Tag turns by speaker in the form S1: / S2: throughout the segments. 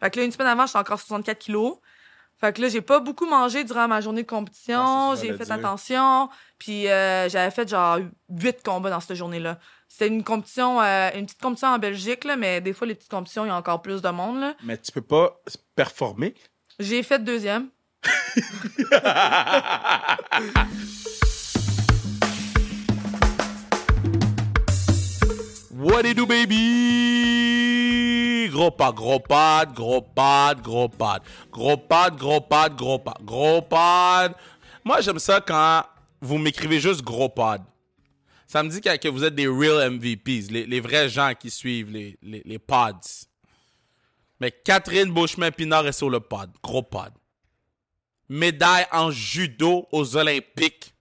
S1: Fait que là, une semaine avant, j'étais encore 64 kilos. Fait que là, j'ai pas beaucoup mangé durant ma journée de compétition.
S2: Ouais, c'est ça,
S1: j'ai
S2: j'allais
S1: fait
S2: dire.
S1: attention. Puis euh, j'avais fait genre huit combats dans cette journée-là. C'était une compétition, euh, une petite compétition en Belgique, là, mais des fois, les petites compétitions, il y a encore plus de monde. Là.
S2: Mais tu peux pas performer.
S1: J'ai fait deuxième.
S3: What it do, baby? Gros pas, gros pas, gros pas, gros pas. Gros pas, gros pas, gros pas, gros pas. Moi, j'aime ça quand vous m'écrivez juste gros pas. Ça me dit que que vous êtes des real MVPs, les, les vrais gens qui suivent les, les, les pods. Mais Catherine Beauchemin-Pinard est sur le pod, gros pod. Médaille en judo aux Olympiques.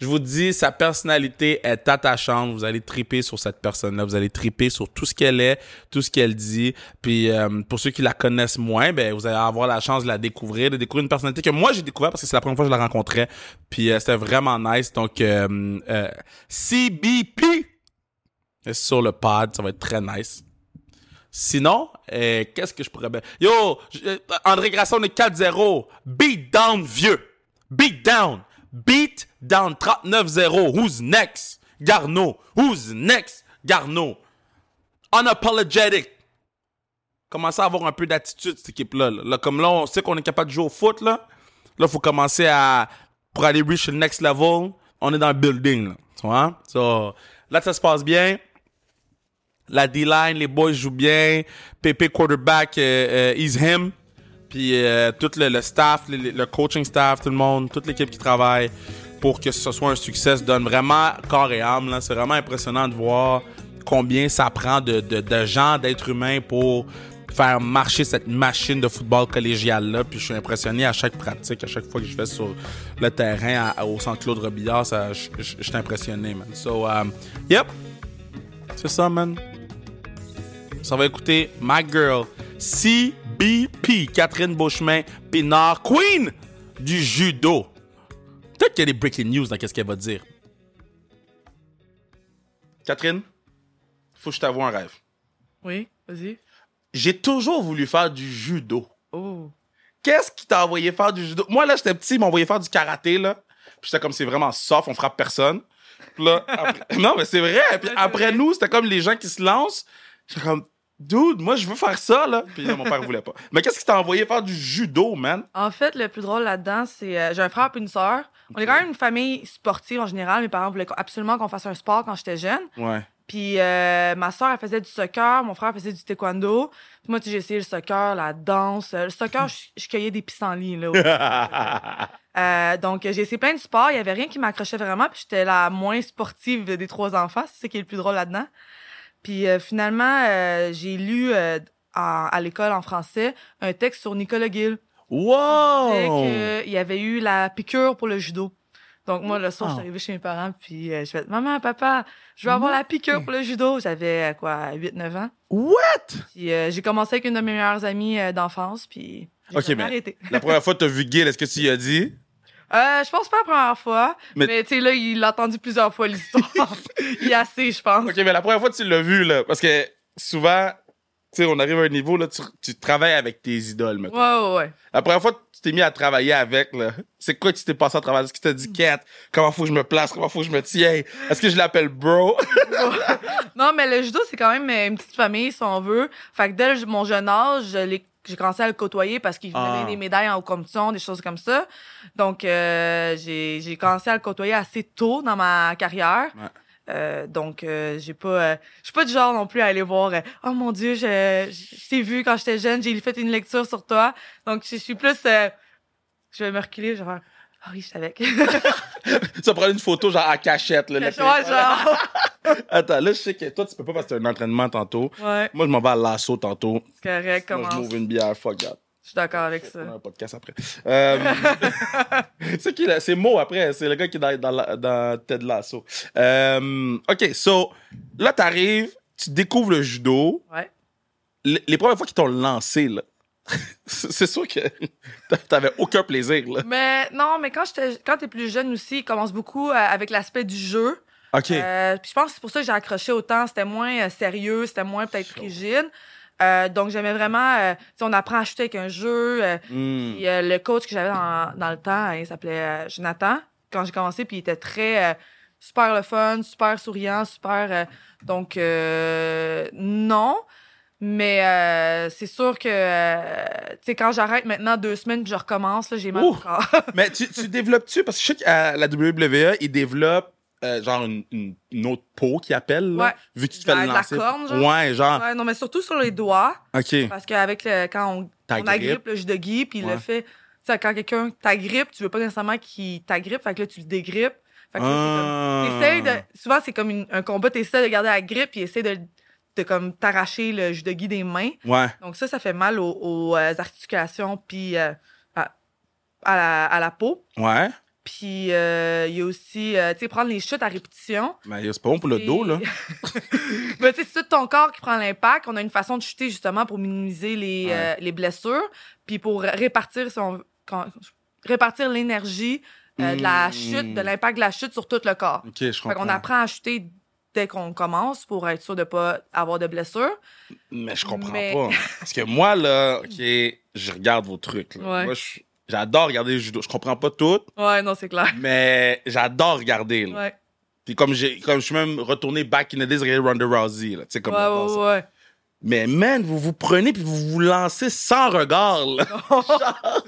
S3: Je vous dis, sa personnalité est attachante. Vous allez triper sur cette personne-là. Vous allez triper sur tout ce qu'elle est, tout ce qu'elle dit. Puis euh, pour ceux qui la connaissent moins, ben vous allez avoir la chance de la découvrir, de découvrir une personnalité que moi j'ai découvert parce que c'est la première fois que je la rencontrais. Puis euh, c'était vraiment nice. Donc euh, euh, CBP est sur le pad, ça va être très nice. Sinon, euh, qu'est-ce que je pourrais... ben- Yo, je- euh, André Grasson est 4-0. Beat down, vieux. Beat down. Beat down 39-0. Who's next? Garneau. Who's next? Garneau. Unapologetic. Commencez à avoir un peu d'attitude, cette équipe-là. là. Là, comme là, on sait qu'on est capable de jouer au foot, là. Là, faut commencer à... Pour aller reach le next level, on est dans le building, là. Tu vois? So, là, ça se passe bien. La D-line, les boys jouent bien. Pépé quarterback euh, euh, is him. Puis euh, tout le, le staff, le, le coaching staff, tout le monde, toute l'équipe qui travaille pour que ce soit un succès se donne vraiment corps et âme. là. C'est vraiment impressionnant de voir combien ça prend de, de- de gens, d'êtres humains pour faire marcher cette machine de football collégial-là. Puis je suis impressionné à chaque pratique, à chaque fois que je vais sur le terrain à- au centre Claude Robillard. ça- Je je- je suis impressionné, man. So, euh, yep. C'est ça, man. Ça va écouter My Girl, CBP, Catherine Beauchemin, Pinard, Queen du judo. Peut-être qu'il y a des breaking news dans qu'est-ce qu'elle va dire. Catherine, faut que je t'avoue un rêve.
S1: Oui, vas-y.
S3: J'ai toujours voulu faire du judo.
S1: Oh.
S3: Qu'est-ce qui t'a envoyé faire du judo? Moi, là, j'étais petit, ils m'ont envoyé faire du karaté, là. Puis j'étais comme, c'est vraiment soft, on frappe personne. Puis là, après- non, mais c'est vrai. Puis
S1: Ouais, c'est
S3: après
S1: vrai.
S3: nous, c'était comme les gens qui se lancent. J'étais comme, dude, moi, je veux faire ça, là. Puis là, mon père voulait pas. Mais qu'est-ce qui t'a envoyé faire du judo, man?
S1: En fait, le plus drôle là-dedans, c'est euh, j'ai un frère et une sœur. On est quand même une famille sportive en général. Mes parents voulaient qu'on- absolument qu'on fasse un sport quand j'étais jeune.
S3: Ouais.
S1: Puis euh, ma soeur, elle faisait du soccer, mon frère faisait du taekwondo. Puis moi, tu sais, j'ai essayé le soccer, la danse. Euh, Le soccer, je, je cueillais des pissenlits, là. au- Euh, donc, j'ai essayé plein de sports. Il y avait rien qui m'accrochait vraiment. Puis j'étais la moins sportive des trois enfants. C'est ça qui est le plus drôle là-dedans. Puis euh, finalement, euh, j'ai lu euh, en- à l'école en français un texte sur Nicolas Gill. Il disait
S3: wow!
S1: que Il y avait eu la piqûre pour le judo. Donc, moi, le soir, je suis
S3: Oh.
S1: arrivée chez mes parents, puis euh, je fais Maman, papa, je veux avoir la piqûre pour le judo. J'avais, euh, quoi, 8-9 ans.
S3: Mm. What?
S1: Puis euh, j'ai commencé avec une de mes meilleures amies euh, d'enfance, puis j'ai
S3: Ok,
S1: jamais
S3: mais-
S1: arrêté.
S3: La première fois que t'as vu Gil, est-ce que tu y as dit?
S1: Euh, je pense pas la première fois,
S3: Mais-
S1: mais, tu sais, là, il l'a entendu plusieurs fois l'histoire. il est assez, je pense.
S3: OK, mais la première fois que tu l'as vu, là, parce que souvent, tu sais, on arrive à un niveau, là, tu, tu travailles avec tes idoles,
S1: Ouais,
S3: maintenant.
S1: ouais, ouais.
S3: La première fois que tu t'es mis à travailler avec, là, c'est quoi que tu t'es passé à travers? Est-ce que tu t'es dit, Kat, comment faut que je me place? Comment faut que je me tienne? Est-ce que je l'appelle bro?
S1: Non, mais le judo, c'est quand même euh, une petite famille, si on veut. Fait que dès le- mon jeune âge, je l'ai- j'ai commencé à le côtoyer parce qu'il
S3: Ah.
S1: venait des médailles en haut compétition, des choses comme ça. Donc, euh, j'ai j'ai commencé à le côtoyer assez tôt dans ma carrière.
S3: Ouais.
S1: Euh, donc, euh, j'ai pas, euh, je suis pas du genre non plus à aller voir. euh, oh mon Dieu, je, je, je t'ai vu quand j'étais jeune, j'ai fait une lecture sur toi. Donc, je, je suis plus, euh, je vais me reculer, genre, ah oui, je savais. que-
S3: tu vas prendre une photo, genre, à cachette, là.
S1: Ouais,
S3: la-
S1: genre.
S3: Attends, là, je sais que toi, tu peux pas parce que t'as un entraînement tantôt.
S1: Ouais,
S3: Moi, je m'en vais à l'assaut tantôt.
S1: c'est correct,
S3: Moi, je
S1: commence.
S3: m'ouvre
S1: Je
S3: une bière, fuck that.
S1: suis d'accord avec ça.
S3: On a un podcast après. Euh, c'est qui, là? C'est Mo après. C'est le gars qui est dans, dans, la- dans Ted Lasso. Euh, OK, so, là, t'arrives, tu découvres le judo.
S1: Ouais.
S3: les, les premières fois qu'ils t'ont lancé, là, c'est c'est sûr que t'a- t'avais aucun plaisir, là.
S1: Mais non, mais quand j'étais- quand t'es plus jeune aussi, il commence beaucoup euh, avec l'aspect du jeu.
S3: OK.
S1: Euh, puis je pense que c'est pour ça que j'ai accroché autant. C'était moins euh, sérieux, c'était moins peut-être rigide. Euh, donc, j'aimais vraiment. euh, tu sais, on apprend à shooter avec un jeu. euh,
S3: Hmm.
S1: puis, euh, le coach que j'avais dans, dans le temps, euh, il s'appelait euh, Jonathan quand j'ai commencé. Puis il était très. euh, super le fun, super souriant, super. euh, donc, euh, non. Mais euh, c'est sûr que. euh, tu sais, quand j'arrête maintenant deux semaines puis je recommence, là, j'ai mal au
S2: Ouh!
S1: corps.
S2: Mais tu, tu développes-tu? Parce que je sais qu'à la
S3: E,
S2: WWE, ils développent euh, genre une, une- une autre peau qu'ils appellent, là,
S1: Ouais.
S2: vu que tu te
S1: La-
S2: fais le
S1: la
S2: lancer.
S1: corne, genre?
S2: Ouais, genre,
S1: Ouais, non, mais surtout sur les doigts.
S2: OK.
S1: Parce qu'avec le. Quand on
S2: Ta
S1: on agrippe
S2: grippe.
S1: le jus de gui, puis il
S2: Ouais.
S1: le fait. Tu sais, quand quelqu'un t'agrippe, tu veux pas nécessairement qu'il t'agrippe, fait que là, tu le dégrippes. Fait que là,
S2: Ah.
S1: c'est
S3: Ah.
S1: comme- t'essayes de. Souvent, c'est comme une- un combat, t'essaies de garder la grippe, puis essaie de, de comme t'arracher le jus de gui des mains.
S2: Ouais.
S1: Donc, ça, ça fait mal aux, aux, euh, articulations, puis euh, à, à la, à la peau.
S2: Ouais.
S1: Puis, euh, il y a aussi, euh, tu sais, prendre les chutes à répétition.
S2: Mais c'est pas bon pour le
S1: Puis-
S2: dos, là.
S1: Mais tu sais, c'est tout ton corps qui prend l'impact. On a une façon de chuter justement pour minimiser les,
S2: Ouais.
S1: euh, les blessures, puis pour répartir, si on veut- quand- répartir l'énergie euh, de la
S2: Mm.
S1: chute, de l'impact de la chute sur tout le corps.
S2: OK, je
S1: Fait
S2: comprends.
S1: qu'on apprend à chuter dès qu'on commence pour être sûr de pas avoir de blessures.
S2: Mais je comprends
S1: Mais-
S2: pas. Parce que moi, là, OK, je regarde vos trucs. là.
S1: Ouais.
S2: Moi, je- j'adore regarder le judo. Je comprends pas tout,
S1: Ouais, non, c'est clair.
S2: mais j'adore regarder. là.
S1: Ouais,
S2: Puis comme, j'ai, comme je suis même retourné back in the days, regarder Ronda Rousey, là, tu sais,
S1: ouais,
S2: comme on pense.
S1: ouais, ouais.
S2: Mais man, vous vous prenez puis vous vous lancez sans regard, là. Genre,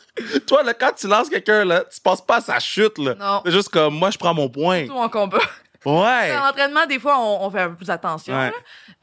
S2: toi, là, quand tu lances quelqu'un, là, tu passes pas à sa chute, là.
S1: Non.
S2: C'est juste comme, moi, je prends mon point.
S1: Tout en combat.
S2: Ouais.
S1: En entraînement, des fois, on, on fait un peu plus attention.
S2: Ouais.
S1: là.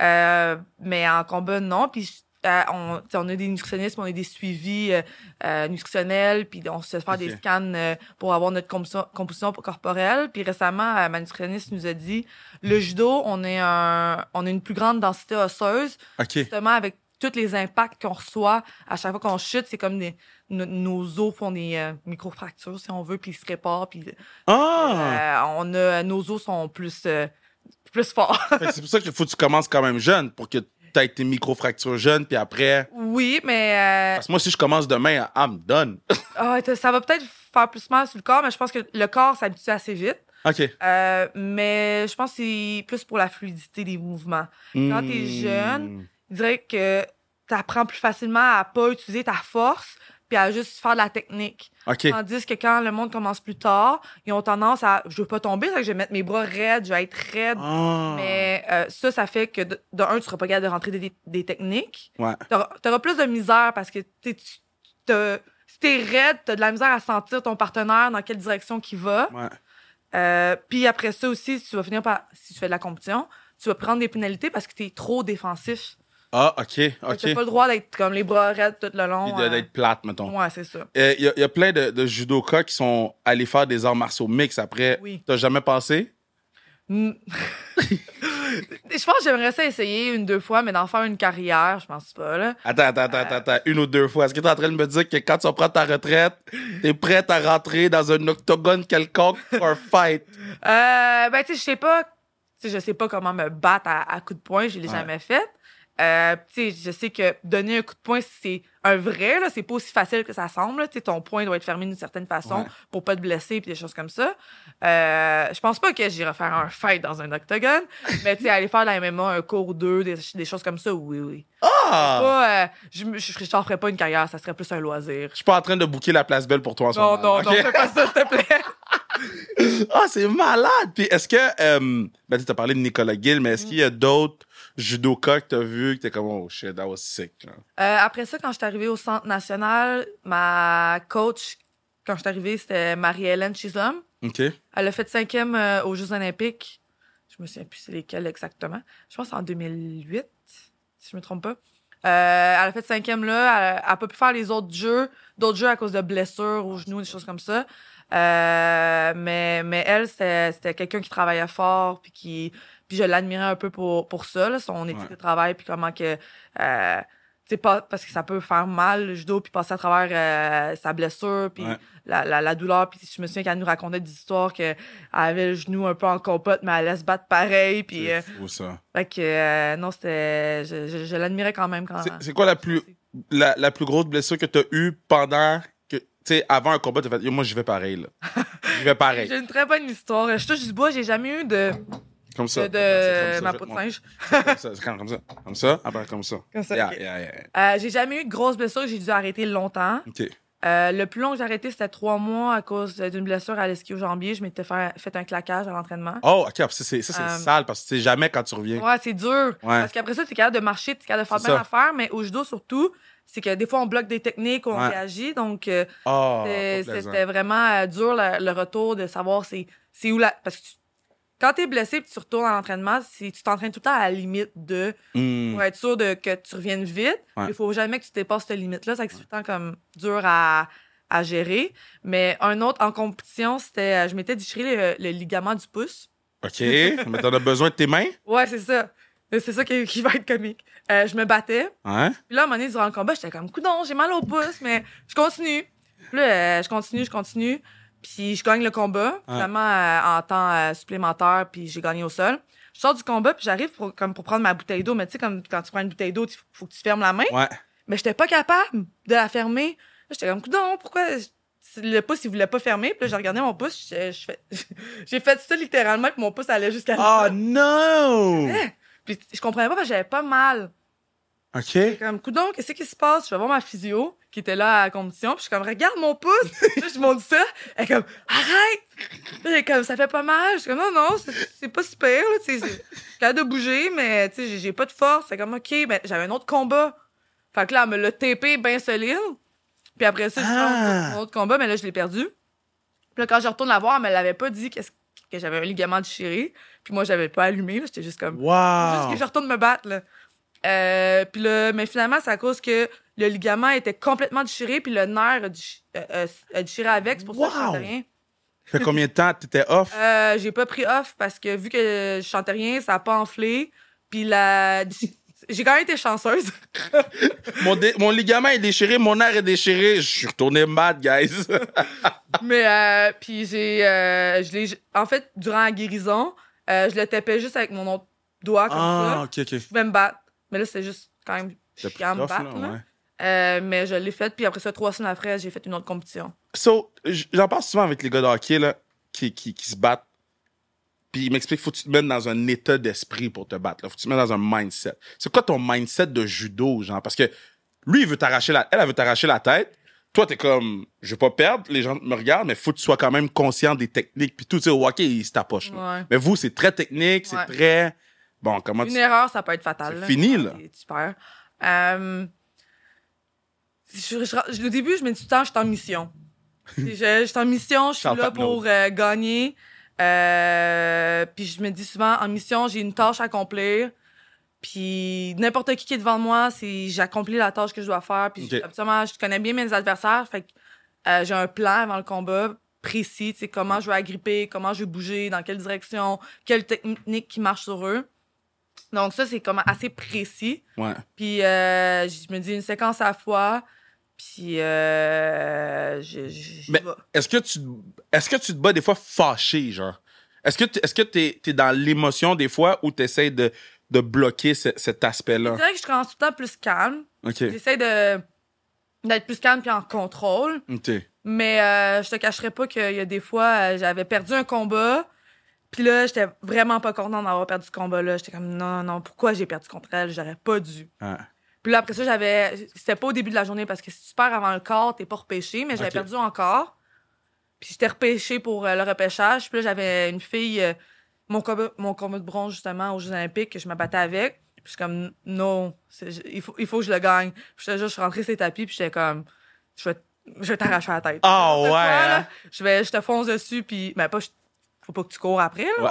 S1: Euh, mais en combat, non. Puis euh, on, t'sais, on a des nutritionnistes, on a des suivis euh, euh, nutritionnels, puis on se fait faire des
S2: Ok.
S1: scans euh, pour avoir notre composition, composition corporelle. Puis récemment, euh, ma nutritionniste nous a dit
S2: Mm.
S1: le judo, on est un, on a une plus grande densité osseuse,
S2: OK.
S1: justement avec tous les impacts qu'on reçoit à chaque fois qu'on chute, c'est comme des, no- nos os font des euh, micro-fractures, si on veut, puis ils se réparent, puis
S2: Ah!
S1: euh, on a, nos os sont plus, euh, plus forts.
S2: Fait que c'est pour ça qu'il faut que tu commences quand même jeune pour que t'aies tes micro-fractures jeunes, puis après.
S1: oui, mais euh,
S2: Parce que moi, si je commence demain, I'm done.
S1: ah, t- ça va peut-être faire plus mal sur le corps, mais je pense que le corps s'habitue assez vite.
S2: OK.
S1: Euh, mais je pense que c'est plus pour la fluidité des mouvements. Quand t'es
S2: Hmm.
S1: jeune, Je dirais que tu apprends plus facilement à pas utiliser ta force puis à juste faire de la technique.
S2: OK.
S1: Tandis que quand le monde commence plus tard, ils ont tendance à je veux pas tomber, fait que je vais mettre mes bras raides, je vais être raide.
S2: Ah.
S1: Mais euh, ça, ça fait que de, de un, tu seras pas capable de rentrer des, des- des techniques.
S2: Ouais.
S1: T'auras t'auras plus de misère parce que t'sais, tu te- si t'es raide, t'as de la misère à sentir ton partenaire dans quelle direction qu'il va.
S2: Ouais.
S1: Euh, Puis après ça aussi, tu vas finir par si tu fais de la compétition, tu vas prendre des pénalités parce que t'es trop défensif.
S2: Ah, OK.
S1: Fait
S2: OK.
S1: que T'as pas le droit d'être comme les bras raides tout le long.
S2: Puis de-
S1: euh,
S2: d'être plate, mettons. Euh,
S1: Ouais, c'est ça.
S2: Il y, a- y a plein de, de judokas qui sont allés faire des arts martiaux mix après.
S1: Oui.
S2: T'as jamais pensé?
S1: Mm. je pense que j'aimerais ça essayer une deux fois, mais d'en faire une carrière, je pense pas là.
S2: Attends, attends, attends, attends, attends, une ou deux fois. Est-ce que t'es en train de me dire que quand tu vas prendre ta retraite, t'es prête à rentrer dans un octogone quelconque pour un fight?
S1: Euh, ben, tu sais, je sais pas. Tu sais, je sais pas comment me battre à, à coup de poing, je l'ai
S2: Ouais.
S1: jamais fait. Euh, tu sais, je sais que donner un coup de poing, c'est un vrai, là, c'est pas aussi facile que ça semble. là. Tu sais, ton poing doit être fermé d'une certaine façon
S2: Ouais.
S1: pour pas te blesser puis des choses comme ça. Euh, je pense pas que j'irai faire un fight dans un octogone, mais tu sais, aller faire de la MMA, un cours ou deux, des, des choses comme ça, oui, oui.
S2: Ah!
S1: Pas, euh, je me- je je t'en ferais pas une carrière, ça serait plus un loisir.
S2: Je suis pas en train de bouquer la place belle pour toi en ce
S1: Non,
S2: moment.
S1: non,
S2: là,
S1: non,
S2: ok?
S1: fais pas ça, s'il te plaît.
S2: Ah, c'est malade! Puis est-ce que. Euh, ben, tu as parlé de Nicolas Gill, mais est-ce qu'il y a d'autres judokas que t'as vu que t'es comme, oh shit, that was sick? genre?
S1: Euh, après ça, quand je suis arrivée au Centre national, ma coach, quand je suis arrivée, c'était Marie-Hélène Chisholm.
S2: OK?
S1: Elle a fait cinquième euh, aux Jeux olympiques. Je me souviens plus c'est lesquels exactement. Je pense en 2008, si je me trompe pas. Euh, elle a fait cinquième là. Elle, elle a pas pu faire les autres jeux, d'autres jeux à cause de blessures aux genoux, des choses comme ça. Euh, mais, mais elle, c'était c'était quelqu'un qui travaillait fort, puis qui, puis je l'admirais un peu pour, pour ça, là, son éthique
S2: Ouais.
S1: de travail, puis comment que, euh, tu sais pas parce que ça peut faire mal le judo, puis passer à travers euh, sa blessure, puis
S2: Ouais.
S1: la, la, la douleur. Puis je me souviens qu'elle nous racontait des histoires qu'elle avait le genou un peu en compote, mais elle allait se battre pareil. Puis, euh,
S2: C'est fou, ça.
S1: fait que, euh, non, c'était. Je, je- je l'admirais quand même quand.
S2: C'est- c'est quoi la plus- La, la plus grosse blessure que t'as eue pendant que. Tu sais, avant un combat, t'as fait, yo, moi, j'y vais pareil, là. J'y vais pareil.
S1: J'ai une très bonne histoire. Je touche du bois, j'ai jamais eu de.
S2: Comme ça.
S1: de, de-
S2: Ah, C'est comme ça,
S1: ma
S2: je vais
S1: peau de
S2: te
S1: singe.
S2: montrer. Comme ça, c'est comme comme ça. Comme ça, après comme ça.
S1: Comme ça,
S2: Yeah,
S1: ok.
S2: yeah, yeah.
S1: Euh, j'ai jamais eu de grosses blessures, j'ai dû arrêter longtemps.
S2: OK.
S1: Euh, le plus long que j'ai arrêté, c'était trois mois à cause d'une blessure à l'esquio jambier. Je m'étais fait, fait un claquage à l'entraînement.
S2: Oh, OK. Ça, c'est ça, c'est
S1: Euh,
S2: sale parce que tu sais jamais quand tu reviens.
S1: Ouais, c'est dur. Parce qu'après ça, t'es capable de marcher, t'es capable de faire
S2: Ah, C'est
S1: plein
S2: ça.
S1: d'affaires, mais au judo surtout, c'est que des fois, on bloque des techniques, on
S2: Ouais.
S1: réagit. Donc, euh,
S2: Oh,
S1: c'est-
S2: pas plaisant.
S1: c'était vraiment euh, dur la- le, retour de savoir c'est c'est où la. Parce que tu- quand t'es blessé et tu retournes à l'entraînement, c'est- tu t'entraînes tout le temps à la limite de.
S2: Hmm.
S1: pour être sûr de, que tu reviennes vite.
S2: Ouais.
S1: Il faut jamais que tu dépasses cette limite-là. Ça fait que c'est tout le temps comme dur à, à gérer. Mais un autre en compétition, c'était euh, je m'étais déchiré le, le ligament du pouce.
S2: OK. Mais t'en as besoin de tes mains?
S1: Ouais, c'est ça. Mais C'est ça qui, qui va être comique. Euh, je me battais.
S2: Hein?
S1: Puis là, à un moment donné, durant le combat, j'étais comme, coudon, j'ai mal au pouce, mais je continue. Puis là, euh, je continue, je continue. Puis je gagne le combat,
S2: Ouais.
S1: vraiment en temps euh, supplémentaire, puis j'ai gagné au sol. Je sors du combat, puis j'arrive pour, comme pour prendre ma bouteille d'eau. Mais tu sais, comme quand tu prends une bouteille d'eau, il faut que tu fermes la main.
S2: Ouais.
S1: Mais j'étais pas capable de la fermer. Là, J'étais comme, coudon, pourquoi je- le pouce, il voulait pas fermer? Puis là, j'ai regardé mon pouce, j'étais- je fais- j'ai fait ça littéralement, puis mon pouce allait jusqu'à
S2: Oh,
S1: là.
S2: non!
S1: Puis je comprenais pas parce que j'avais pas mal.
S2: OK.
S1: J'étais comme, coudon, qu'est-ce qui se passe? Je vais voir ma physio qui était là à la compétition. Puis je suis comme, regarde mon pouce. Puis là, je montre ça. Elle est comme, arrête! Puis elle est comme, ça fait pas mal. Je suis comme, non, non, c'est- c'est pas super. Là, tu sais, c'est- je suis capable de bouger, mais tu sais, j'ai- j'ai pas de force. C'est comme, OK, ben, j'avais un autre combat. Fait que là, elle me l'a TP bien solide. Puis après ça, j'ai
S2: Ah!
S1: fait un autre combat, mais là, je l'ai perdu. Puis là, quand je retourne la voir, elle me l'avait pas dit qu'est-ce- que j'avais un ligament déchiré. Puis moi, j'avais pas allumé. là. J'étais juste comme,
S2: Wow!
S1: Juste que je retourne me battre, là. Euh, puis là, mais finalement, c'est à cause que le ligament était complètement déchiré, puis le nerf a, déchi- euh, euh, a déchiré avec. C'est pour ça que je
S2: Wow!
S1: chantais rien.
S2: Fait combien de temps t'étais off?
S1: Euh, j'ai pas pris off parce que vu que je chantais rien, ça a pas enflé. Puis la. J'ai quand même été chanceuse.
S2: Mon, dé- mon ligament est déchiré, mon air est déchiré. Je suis retourné mad, guys.
S1: mais euh, puis j'ai. euh, je l'ai- en fait, durant la guérison, euh, je le tapais juste avec mon autre doigt comme ça.
S2: Ah, OK, OK.
S1: Je pouvais me battre. Mais là, c'est juste quand même
S2: T'as
S1: chiant à me
S2: pris off, là,
S1: battre. là.
S2: ouais.
S1: Euh, mais je l'ai faite, puis après ça, trois semaines après, j'ai fait une autre compétition.
S2: So, j- j'en parle souvent avec les gars de hockey là, qui, qui, qui se battent. Puis ils m'expliquent faut que tu te mettes dans un état d'esprit pour te battre. Là. Faut que tu te mettes dans un mindset. C'est quoi ton mindset de judo, genre? Parce que lui, il veut t'arracher la... Elle, elle veut t'arracher la tête. Toi, t'es comme, je veux pas perdre, les gens me regardent, mais faut que tu sois quand même conscient des techniques. Puis tout, tu sais, au hockey, ils se tapochent. là.
S1: Ouais.
S2: Mais vous, c'est très technique, c'est
S1: Ouais.
S2: très... Bon, comment
S1: Une
S2: tu...
S1: erreur, ça peut être fatal.
S2: C'est fini, là.
S1: C'est- Tu perds. Euh, je- je- je- au début, je me dis tout le temps, je suis en mission. je, je suis en mission, je suis
S2: Charles
S1: là
S2: Patnaud.
S1: pour euh, gagner. Euh, puis je me dis souvent, en mission, j'ai une tâche à accomplir. Puis n'importe qui qui est devant moi, c'est j'accomplis la tâche que je dois faire. Puis
S2: Ok.
S1: absolument, je connais bien mes adversaires. Fait que euh, j'ai un plan avant le combat précis, tu sais, comment je vais agripper, comment je vais bouger, dans quelle direction, quelle technique qui marche sur eux. Donc ça, c'est comme assez précis.
S2: Ouais.
S1: Puis euh, je me dis une séquence à la fois. Puis euh, je, je- j'y
S2: Mais-
S1: vais.
S2: Est-ce que tu est-ce que tu te bats des fois fâché, genre? Est-ce que tu est-ce que t'es, t'es dans l'émotion des fois ou t'essayes de, de bloquer ce- cet
S1: C'est
S2: aspect-là?
S1: vrai que je commence tout le temps plus calme.
S2: OK.
S1: J'essaie de d'être plus calme puis en contrôle.
S2: OK.
S1: Mais euh, je te cacherai pas qu'il y a des fois, euh, j'avais perdu un combat. Puis là, j'étais vraiment pas contente d'avoir perdu ce combat-là. J'étais comme, non, non, pourquoi j'ai perdu contre elle? J'aurais pas dû.
S2: Ouais.
S1: Puis là, après ça, j'avais. C'était pas au début de la journée parce que si tu perds avant le corps, t'es pas repêché, mais j'avais
S2: Ok.
S1: perdu encore. Puis j'étais repêché pour euh, le repêchage. Puis là, j'avais une fille, euh, mon, combat, mon combat de bronze, justement, aux Jeux Olympiques, que je me battais avec. Puis je suis comme, non, c'est- je- il, faut, il faut que je le gagne. Puis je, te jure, je suis rentrée ces tapis, puis j'étais comme, je vais, je vais t'arracher la tête.
S2: Ah
S1: N'importe
S2: ouais,
S1: quoi,
S2: hein?
S1: là, je, vais, je te fonce dessus, puis. Ben, pas, je- faut pas que tu cours après, là.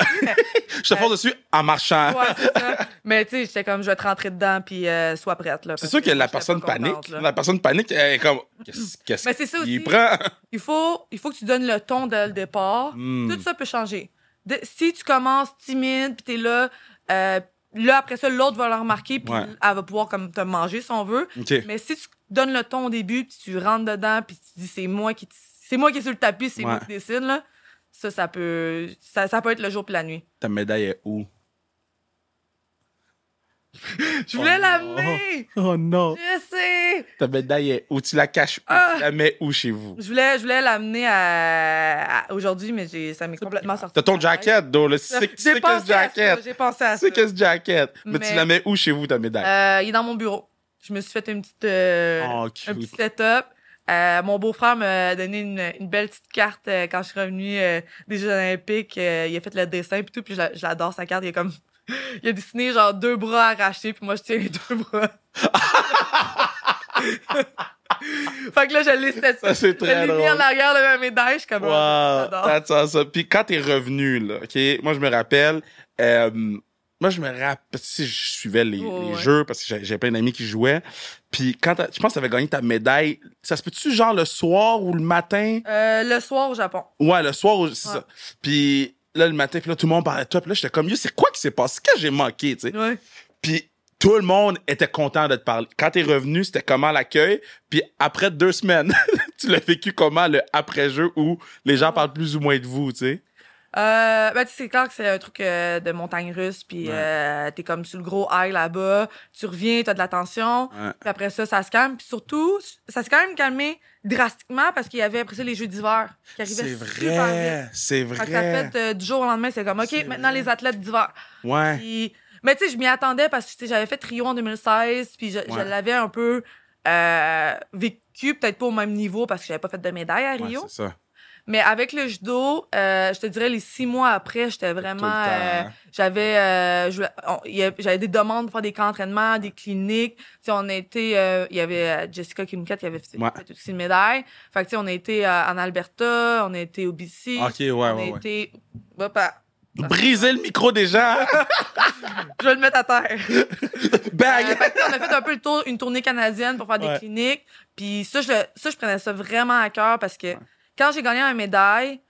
S2: Je te force dessus en marchant.
S1: Ouais, c'est ça. Mais tu sais, j'étais comme, je vais te rentrer dedans, puis euh, sois prête. Là,
S2: C'est
S1: parce
S2: sûr que
S1: moi,
S2: la
S1: j'étais pas
S2: personne
S1: contente,
S2: panique.
S1: là. Mm.
S2: La personne panique, elle est comme. Qu'est-ce, qu'est-ce
S1: Mais c'est ça aussi.
S2: qu'il prend?
S1: Il faut, il faut que tu donnes le ton dès le départ.
S2: Hmm.
S1: Tout ça peut changer. De- si tu commences timide, puis t'es là, euh, là, après ça, l'autre va le remarquer, puis
S2: Ouais.
S1: elle va pouvoir comme te manger si on veut.
S2: OK.
S1: Mais si tu donnes le ton au début, puis tu rentres dedans, puis tu dis c'est moi qui t- c'est moi qui est sur le tapis, c'est moi
S2: Ouais.
S1: qui décide, là, ça, ça peut, ça, ça peut être le jour puis la nuit.
S2: Ta médaille est où?
S1: Je voulais l'amener!
S2: Oh non!
S1: Je sais!
S2: Ta médaille est où? Tu la caches où?
S1: Ah.
S2: Tu la mets où chez vous?
S1: Je voulais, je voulais l'amener à... à- aujourd'hui, mais j'ai... ça m'est complètement sorti.
S2: T'as ton
S1: de la tête.
S2: jacket, donc le sick-
S1: J'ai
S2: sickest
S1: pensé à ça.
S2: jacket.
S1: J'ai pensé à ça.
S2: Sickest jacket. Mais tu
S1: Mais-
S2: la mets où chez vous, ta médaille?
S1: Euh, il est dans mon bureau. Je me suis fait une petite, euh,
S2: Oh, cute.
S1: un petit setup. Euh, mon beau-frère m'a donné une, une belle petite carte euh, quand je suis revenue euh, des Jeux Olympiques. Euh, il a fait le dessin puis tout, puis je la- je l'adore sa carte. Il a comme, il a dessiné genre deux bras arrachés, puis moi je tiens les deux bras. fait que là je l'ai
S2: Ça, c'est
S1: je
S2: très
S1: l'ai mis
S2: drôle.
S1: en arrière de ma médaille. Je suis comme,
S2: Wow,
S1: j'adore.
S2: that's awesome. Puis quand t'es revenu, là, OK, moi, je me rappelle, euh, moi, je me rappelle, si je suivais les,
S1: Ouais,
S2: les
S1: ouais.
S2: jeux, parce que j'ai- j'ai plein d'amis qui jouaient, puis quand t'as- je pense que t'avais gagné ta médaille, ça se peut-tu, genre, le soir ou le matin?
S1: Euh, le soir au Japon.
S2: Ouais, le soir, c'est
S1: Ouais.
S2: ça. Puis là, le matin, puis là, tout le monde parlait de toi, puis là, j'étais comme, yo, c'est quoi qui s'est passé? Qu'est-ce que j'ai manqué, tu sais?
S1: Ouais.
S2: Puis tout le monde était content de te parler. Quand t'es revenu, c'était comment l'accueil? Puis après deux semaines, tu l'as vécu comment le après-jeu où les gens parlent plus ou moins de vous, tu sais?
S1: Euh, ben, tu sais, c'est clair que c'est un truc euh, de montagne russe, puis
S2: Ouais.
S1: euh, t'es comme sur le gros high là-bas, tu reviens, t'as de la tension,
S2: Ouais.
S1: puis après ça, ça se calme, puis surtout, ça s'est quand même calmé drastiquement parce qu'il y avait après ça les Jeux d'hiver qui arrivaient
S2: C'est
S1: super vite.
S2: vrai, c'est
S1: Fait que ça
S2: vrai.
S1: fait euh, du jour au lendemain, c'est comme, OK,
S2: C'est
S1: maintenant
S2: vrai.
S1: les athlètes d'hiver.
S2: Ouais.
S1: Puis- Mais tu sais, je m'y attendais parce que tu sais, j'avais fait Rio en 2016, puis je, je
S2: Ouais.
S1: l'avais un peu euh, vécu, peut-être pas au même niveau parce que j'avais pas fait de médaille à
S2: Ouais,
S1: Rio.
S2: c'est ça.
S1: Mais avec le judo, euh, je te dirais les six mois après, j'étais vraiment,
S2: Tout le temps,
S1: euh,
S2: hein.
S1: j'avais, euh, je voulais- on- il y a- j'avais des demandes pour faire des camps d'entraînement, des cliniques. Tu sais, on a été, euh, il y avait euh, Jessica Kimcat qui avait fait,
S2: Ouais.
S1: fait aussi une médaille. Fait que tu sais, on a été euh, en Alberta, on a été au BC,
S2: Ok, ouais,
S1: on a
S2: ouais, ouais.
S1: été, ah, Va pas-
S2: Briser le micro des gens! hein?
S1: je vais le mettre à terre. Euh,
S2: Bang!
S1: fait que, tu sais, on a fait un peu le tour, une tournée canadienne pour faire des
S2: Ouais.
S1: cliniques. Puis ça je, le- ça, je prenais ça vraiment à cœur parce que quand j'ai gagné une médaille,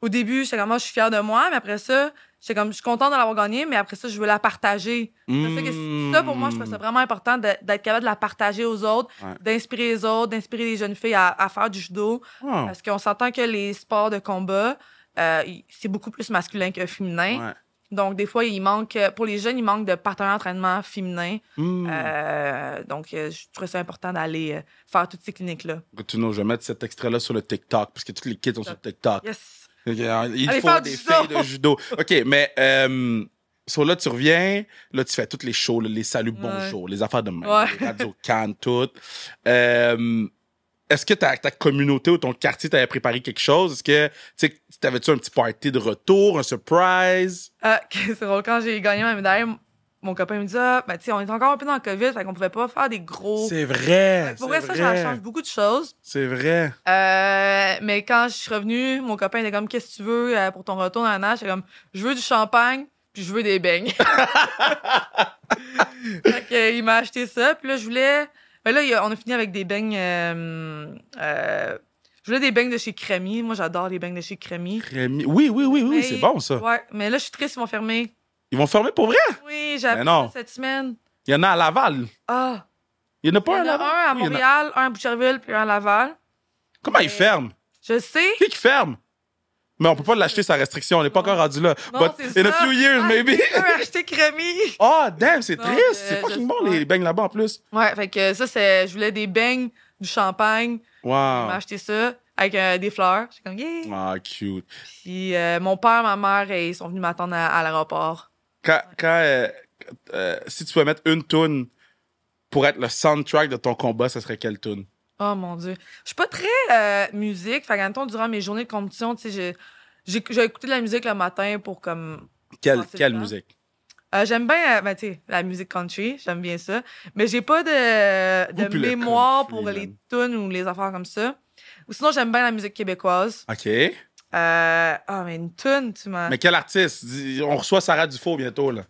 S1: au début, j'étais comme, moi, je suis fière de moi, mais après ça, j'étais comme, je suis contente de l'avoir gagnée, mais après ça, je veux la partager. C'est ça que-
S2: Mmh.
S1: Ça, pour moi, je trouve ça vraiment important de- d'être capable de la partager aux autres,
S2: Ouais.
S1: d'inspirer les autres, d'inspirer les jeunes filles à, à faire du judo.
S2: Oh,
S1: Parce qu'on s'entend que les sports de combat, euh, y- c'est beaucoup plus masculin que féminin.
S2: ouais.
S1: Donc, des fois, il manque, pour les jeunes, il manque de partenaires d'entraînement féminin.
S2: Hmm.
S1: Euh, donc, euh, je trouvais ça important d'aller euh, faire toutes ces cliniques-là.
S2: Bruno, je vais mettre cet extrait-là sur le TikTok parce que tous les kids sont sur TikTok.
S1: Yes!
S2: Ok, alors, Il
S1: Allez,
S2: faut
S1: faire du
S2: des
S1: judo.
S2: filles de judo. OK, mais euh, so là, tu reviens, là, tu fais toutes les shows, là, les saluts,
S1: Ouais.
S2: bonjour, les affaires de même,
S1: Ouais.
S2: les radios Cannes, tout. Euh, Est-ce que ta, ta communauté ou ton quartier t'avait préparé quelque chose? Est-ce que, tu sais, t'avais-tu un petit party de retour, un surprise?
S1: Ah, c'est drôle, quand j'ai gagné ma médaille, mon copain me dit Ah, ben, tu sais, on est encore un peu dans le COVID, fait qu'on pouvait pas faire des gros.
S2: C'est vrai!
S1: Pour vrai, ça, ça change beaucoup de choses.
S2: C'est vrai.
S1: Euh, mais quand je suis revenue, mon copain était comme Qu'est-ce que tu veux euh, pour ton retour dans l'âge? J'étais comme Je veux du champagne, puis je veux des beignes. fait que, euh, il m'a acheté ça, puis là, je voulais. Ben là, il y a- on a fini avec des beignes. euh, euh, je voulais des beignes de chez Crémy. Moi, j'adore les beignes de chez Crémy.
S2: Rémi- Oui, oui, oui, oui, oui,
S1: Mais-
S2: c'est bon, ça.
S1: Ouais, mais là, je suis triste, ils vont fermer.
S2: Ils vont fermer pour vrai?
S1: Oui,
S2: Mais
S1: j'ai appris
S2: non.
S1: ça cette semaine.
S2: Il y en a à Laval.
S1: Ah!
S2: Il n'y
S1: Il
S2: en a
S1: y
S2: pas
S1: en
S2: un à
S1: a un
S2: Laval?
S1: à
S2: Oui, il y en a-
S1: Montréal, un à Boucherville, puis un à Laval.
S2: Comment ils
S1: Mais-
S2: ferment?
S1: Je sais.
S2: Qui qui ferme? Mais on peut pas l'acheter sa restriction, on n'est pas
S1: Non.
S2: encore rendu là.
S1: Non,
S2: But
S1: c'est
S2: in a
S1: ça.
S2: few years,
S1: Ah,
S2: maybe.
S1: j'ai pas acheté Crémy.
S2: Oh, damn, c'est
S1: Non,
S2: triste.
S1: je-
S2: c'est fucking
S1: je-
S2: bon,
S1: ouais.
S2: les beignes là-bas en plus.
S1: Ouais, fait que ça, c'est. Je voulais des beignes, du champagne. On m'a
S2: Wow.
S1: acheté ça avec euh, des fleurs. J'étais comme, yeah.
S2: Ah, cute.
S1: Puis euh, mon père, ma mère, euh, ils sont venus m'attendre à, à l'aéroport.
S2: Quand, quand, euh, euh, si tu pouvais mettre une tune pour être le soundtrack de ton combat, ça serait quelle tune?
S1: Oh mon Dieu. Je suis pas très euh, musique. Fait que, admettons, durant mes journées de compétition, tu sais, j'ai- j'ai j'ai écouté de la musique le matin pour comme
S2: Quelle,
S1: Ah, c'est
S2: quelle
S1: le temps.
S2: musique?
S1: Euh, j'aime bien euh, ben, tu sais, la musique country, j'aime bien ça. Mais j'ai pas de, de
S2: Vous, puis le
S1: mémoire
S2: country,
S1: pour
S2: man.
S1: les tunes ou les affaires comme ça. Ou sinon, j'aime bien la musique québécoise.
S2: OK.
S1: Euh, Ah, mais une tune, tu m'as.
S2: Mais quel artiste? Dis- On reçoit Sarah Dufour bientôt, là.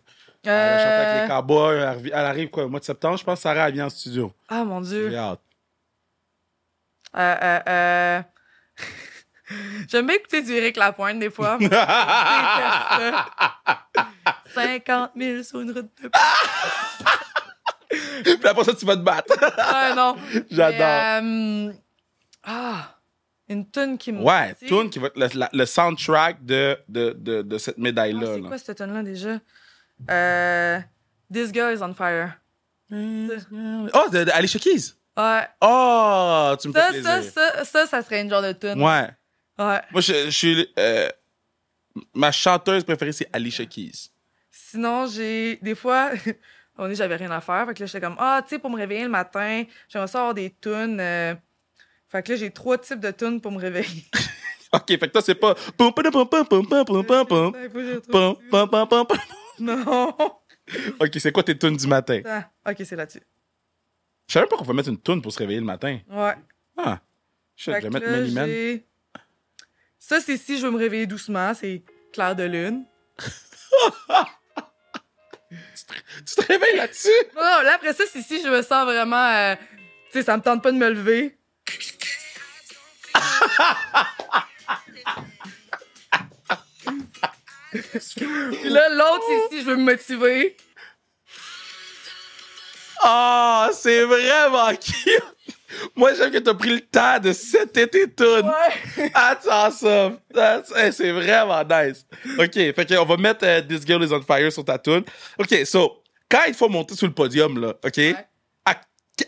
S2: Elle a chanté avec les
S1: Euh...
S2: cowboys. Elle arrive- Elle arrive, quoi, au mois de septembre, je pense. Sarah, elle vient en studio.
S1: Ah, mon Dieu.
S2: J'ai hâte.
S1: Euh, euh, euh, J'aime bien écouter du Eric Lapointe des fois. Moi, je déteste ça. 50 000 sur une route de
S2: Puis après ça, tu vas te battre.
S1: Ah non.
S2: J'adore.
S1: Mais, euh, Ah, une tune qui me.
S2: Ouais,
S1: titille.
S2: Toon qui va être le, la- le soundtrack de, de, de, de cette
S1: Ah,
S2: médaille-là.
S1: c'est
S2: là.
S1: quoi cette tune là déjà? Euh... This girl is on fire.
S2: Oh, de, de Alicia Keys.
S1: Ouais.
S2: Oh, tu me fais
S1: Ça, ça,
S2: plaisir.
S1: ça, ça, ça serait une genre de tune.
S2: Ouais.
S1: Ouais.
S2: Moi, je, je suis. euh, ma chanteuse préférée, c'est Alicia Keys.
S1: Sinon, j'ai. Des fois, on est, j'avais rien à faire. Fait que là, j'étais comme, ah, tu sais, pour me réveiller le matin, j'aimerais ça avoir des tunes. euh. Fait que là, j'ai trois types de tunes pour me réveiller.
S2: Ok, fait que toi, c'est pas. Pum, pum, pum, pum, pum, pum, pum, pum,
S1: Attends,
S2: pum,
S1: il faut que je retrouve.
S2: pum, pum, pum, pum, pum.
S1: Non.
S2: Ok, c'est quoi tes tunes du matin?
S1: Attends. Ok, c'est là-dessus.
S2: Je savais même pas qu'on pouvait mettre une tune pour se réveiller le matin.
S1: Ouais.
S2: Ah. Je
S1: Fait
S2: vais
S1: que
S2: mettre
S1: là,
S2: Many Men.
S1: j'ai- Ça, c'est si je veux me réveiller doucement, c'est Claire de Lune.
S2: Tu te réveilles là-dessus?
S1: Non, non, là, après ça, c'est si je me sens vraiment. euh, Tu sais, ça me tente pas de me lever. Puis là, l'autre, c'est si je veux me motiver.
S2: Ah, c'est vraiment cute! Moi, j'aime que t'as pris le temps de setter tes tunes.
S1: Ouais.
S2: That's awesome! That's- hey, c'est vraiment nice. OK, fait que on va mettre euh, This Girl is on Fire sur ta tune. OK, so, quand il faut monter sur le podium, là, OK? À,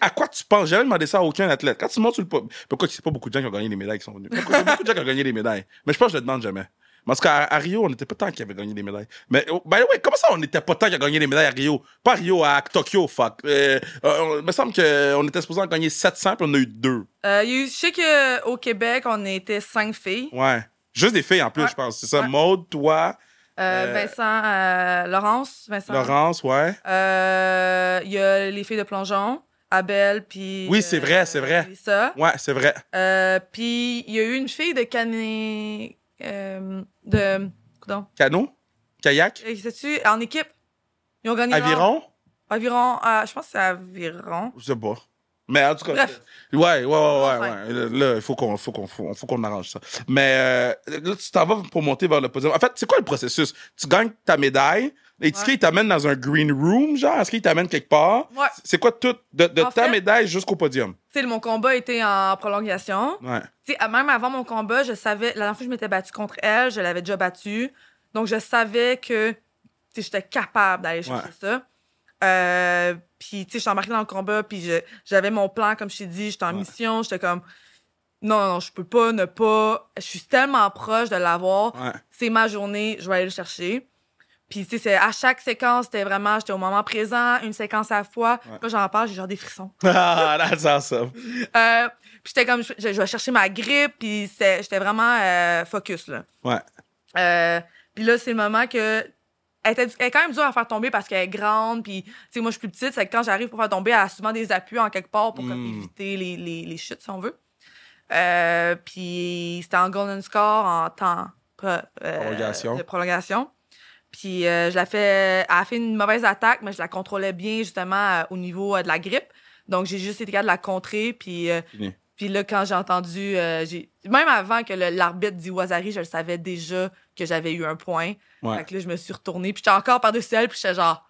S2: à quoi tu penses? J'ai jamais demandé ça à aucun athlète. Quand tu montes sur le podium... Pourquoi c'est pas beaucoup de gens qui ont gagné des médailles qui sont venus? Pourquoi il y a beaucoup de gens qui ont gagné des médailles? Mais je pense que je le demande jamais. Mais En tout cas, à, à Rio, on n'était pas tant qui avait gagné des médailles. Mais, oh, by the way, comment ça, on n'était pas tant qui a gagné des médailles à Rio? Pas à Rio, à Tokyo, fuck. Euh, euh, il me semble qu'on était supposé en gagner 700, puis on en a eu deux.
S1: Euh, il y a eu- je sais qu'au Québec, on était cinq filles.
S2: Ouais. Juste des filles en plus,
S1: Ouais.
S2: je pense. C'est ça.
S1: Ouais.
S2: Maude, toi,
S1: Euh,
S2: Euh,
S1: Vincent, euh, Laurence, Vincent.
S2: Laurence, ouais.
S1: Euh, Il y a les filles de plongeon, Abel, puis. euh,
S2: Oui, c'est vrai, c'est vrai.
S1: Ça.
S2: Ouais, c'est vrai.
S1: Euh, puis il y a eu une fille de cané... euh, de... Coudon.
S2: Canot, kayak,
S1: tu en équipe? Ils ont gagné l'or.
S2: aviron,
S1: Aviron, euh, je pense que c'est Aviron.
S2: je sais pas. Mais en tout cas,
S1: Bref.
S2: ouais, ouais, ouais, ouais,
S1: Enfin.
S2: ouais. Là, il faut qu'on, faut qu'on, faut, faut qu'on arrange ça. Mais euh, là, tu t'en vas pour monter vers le podium. En fait, c'est quoi le processus Tu gagnes ta médaille. Et est-ce
S1: Ouais.
S2: qu'ils t'amènent dans un green room, genre Est-ce qu'ils t'amènent quelque part
S1: Ouais.
S2: C'est quoi tout de, de
S1: En
S2: ta
S1: fait-
S2: médaille jusqu'au podium
S1: Tu sais, mon combat était en prolongation.
S2: Ouais.
S1: Tu sais, même avant mon combat, je savais... La dernière fois que je m'étais battue contre elle, je l'avais déjà battue. Donc, je savais que tu sais, j'étais capable d'aller chercher
S2: Ouais.
S1: ça. Euh, puis, tu sais, j'étais embarquée dans le combat, puis je- j'avais mon plan, comme je t'ai dit, j'étais en
S2: Ouais.
S1: mission, j'étais comme... Non, non, non, je peux pas ne pas... Je suis tellement proche de l'avoir.
S2: Ouais.
S1: c'est ma journée, je vais aller le chercher. Puis, tu sais, c'est- à chaque séquence, c'était vraiment, j'étais au moment présent, une séquence à la fois.
S2: Ouais.
S1: Là, j'en parle, j'ai genre des frissons.
S2: Ah, that's awesome.
S1: Euh, puis, j'étais comme, je, je vais chercher ma grippe, puis c'est- j'étais vraiment euh, focus, là.
S2: Ouais.
S1: Euh, puis là, c'est le moment que. Elle, était, elle est quand même dure à faire tomber parce qu'elle est grande, puis, tu sais, moi, je suis plus petite, c'est que quand j'arrive pour faire tomber, elle a souvent des appuis en quelque part pour comme,
S2: Mm.
S1: éviter les, les, les chutes, si on veut. Euh, puis c'était en golden score, en temps pro- euh,
S2: Prolongation.
S1: de prolongation. Puis euh, je la fais. Elle a fait une mauvaise attaque, mais je la contrôlais bien, justement, euh, au niveau euh, de la grippe. Donc, j'ai juste été capable de la contrer, puis. euh,
S2: Fini.
S1: puis là, quand j'ai entendu, euh, j'ai même avant que le- l'arbitre dit Wazari, je le savais déjà que j'avais eu un point.
S2: Ouais.
S1: Fait que là, je me suis retournée, puis j'étais encore par-dessus elle, puis j'étais genre,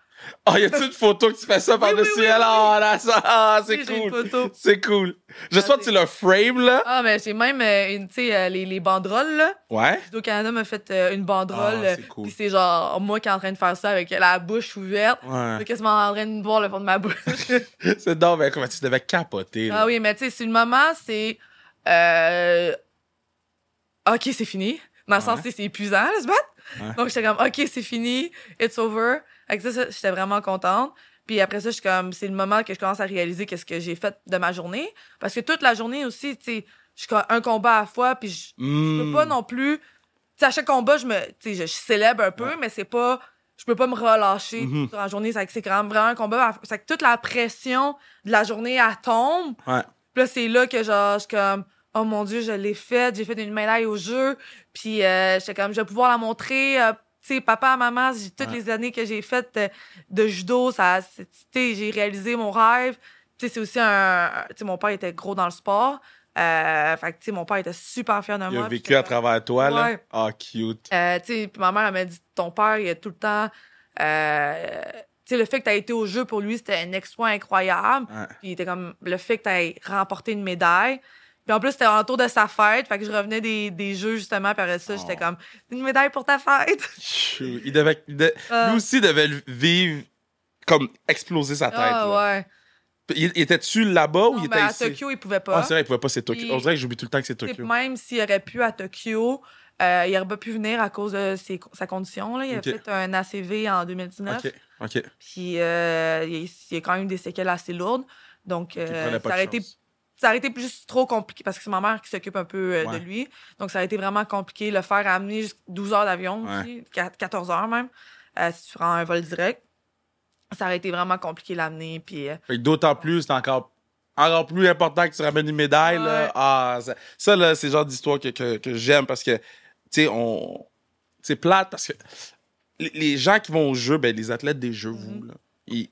S2: Oh, y a-tu une photo que tu fais ça par-dessus
S1: oui, oui,
S2: elle? Oh, that's- ah, c'est
S1: Oui, j'ai une
S2: cool.
S1: photo.
S2: C'est cool. J'espère que tu l'as frame, là.
S1: Ah, mais j'ai même euh, une, tu sais, euh, les, les banderoles, là.
S2: Ouais.
S1: Judo Canada m'a fait euh, une banderole.
S2: Ah, c'est
S1: euh,
S2: cool.
S1: Puis c'est genre, moi qui est en train de faire ça avec la bouche ouverte.
S2: Ouais.
S1: Je suis quasiment en train de voir le fond de ma bouche.
S2: C'est dingue, mais comment tu devais capoter. là.
S1: ah oui, mais tu sais, sur le moment, c'est. euh, OK, c'est fini. Dans le sens,
S2: Ouais.
S1: tu sais, c'est épuisant, là, se battre.
S2: Ouais.
S1: Donc, j'étais comme, OK, c'est fini, it's over. Avec ça, ça, j'étais vraiment contente. Puis après ça, je suis comme, c'est le moment que je commence à réaliser qu'est-ce que j'ai fait de ma journée. Parce que toute la journée aussi, tu sais, je suis comme un combat à la fois, puis je je peux
S2: Hmm.
S1: pas non plus. Tu sais, à chaque combat, je me, tu sais, je, je célèbre un peu,
S2: Ouais.
S1: mais c'est pas. Je peux pas me relâcher
S2: Mhm.
S1: durant la journée. C'est que c'est quand même vraiment un combat. à- C'est que toute la pression de la journée, elle tombe.
S2: Ouais.
S1: Puis là, c'est là que genre, je suis comme, oh mon Dieu, je l'ai faite, j'ai fait une médaille au jeu. Puis euh, j'étais comme, je vais pouvoir la montrer. euh, tu sais, papa, maman, j'ai- toutes
S2: Ouais.
S1: les années que j'ai faites euh, de judo, ça, c'est- tu sais, j'ai réalisé mon rêve. Tu sais, c'est aussi un. Tu sais, mon père était gros dans le sport. Euh, fait que, tu sais, mon père était super fier de
S2: Il
S1: moi.
S2: a
S1: puis
S2: vécu à
S1: j'étais comme,
S2: travers toi, là.
S1: Ouais.
S2: Ah, cute.
S1: euh, tu sais, puis ma mère, elle m'a dit, ton père, il a tout le temps. euh, tu sais, le fait que tu été au jeu pour lui, c'était un exploit incroyable.
S2: Ouais.
S1: Puis il était comme, le fait que tu remporté une médaille. Puis en plus, c'était en tour de sa fête. Fait que je revenais des, des jeux, justement. Puis après ça,
S2: Oh.
S1: j'étais comme, une médaille pour ta fête.
S2: Chou. Il devait, il de-
S1: Ah.
S2: Lui aussi devait le vivre comme exploser sa tête.
S1: Ah,
S2: là.
S1: ouais.
S2: Il, il était-tu là-bas ou
S1: Non,
S2: il
S1: mais
S2: était
S1: à
S2: ici?
S1: Tokyo, hein. il pouvait pas.
S2: Ah, c'est vrai, il pouvait pas, c'est Tokyo.
S1: Puis-
S2: On dirait que j'oublie tout le temps que c'est
S1: T'sais,
S2: Tokyo.
S1: Même s'il aurait pu à Tokyo, euh, il aurait pas pu venir à cause de ses- sa condition. Là. Il a
S2: Ok.
S1: fait un ACV en 2019.
S2: Ok, ok.
S1: Puis euh, il, y a- il y a quand même des séquelles assez lourdes. Donc,
S2: Il
S1: euh,
S2: prenait
S1: ça,
S2: pas de
S1: aurait été,
S2: chance.
S1: ça aurait été juste trop compliqué parce que c'est ma mère qui s'occupe un peu euh,
S2: Ouais.
S1: de lui. Donc, ça aurait été vraiment compliqué. Le faire amener jusqu'à 12 heures d'avion, aussi, quat- 14 heures même, euh, si tu prends un vol direct. Ça aurait été vraiment compliqué l'amener. Puis, euh,
S2: Fait que d'autant plus, c'est encore, encore plus important que tu ramènes une médaille. Là.
S1: Ouais.
S2: Ah, ça, ça, là, c'est le genre d'histoire que, que, que j'aime parce que, tu sais, on. C'est plate parce que les, les gens qui vont au jeu, ben, les athlètes des jeux, vous,
S1: Mm-hmm.
S2: là, ils-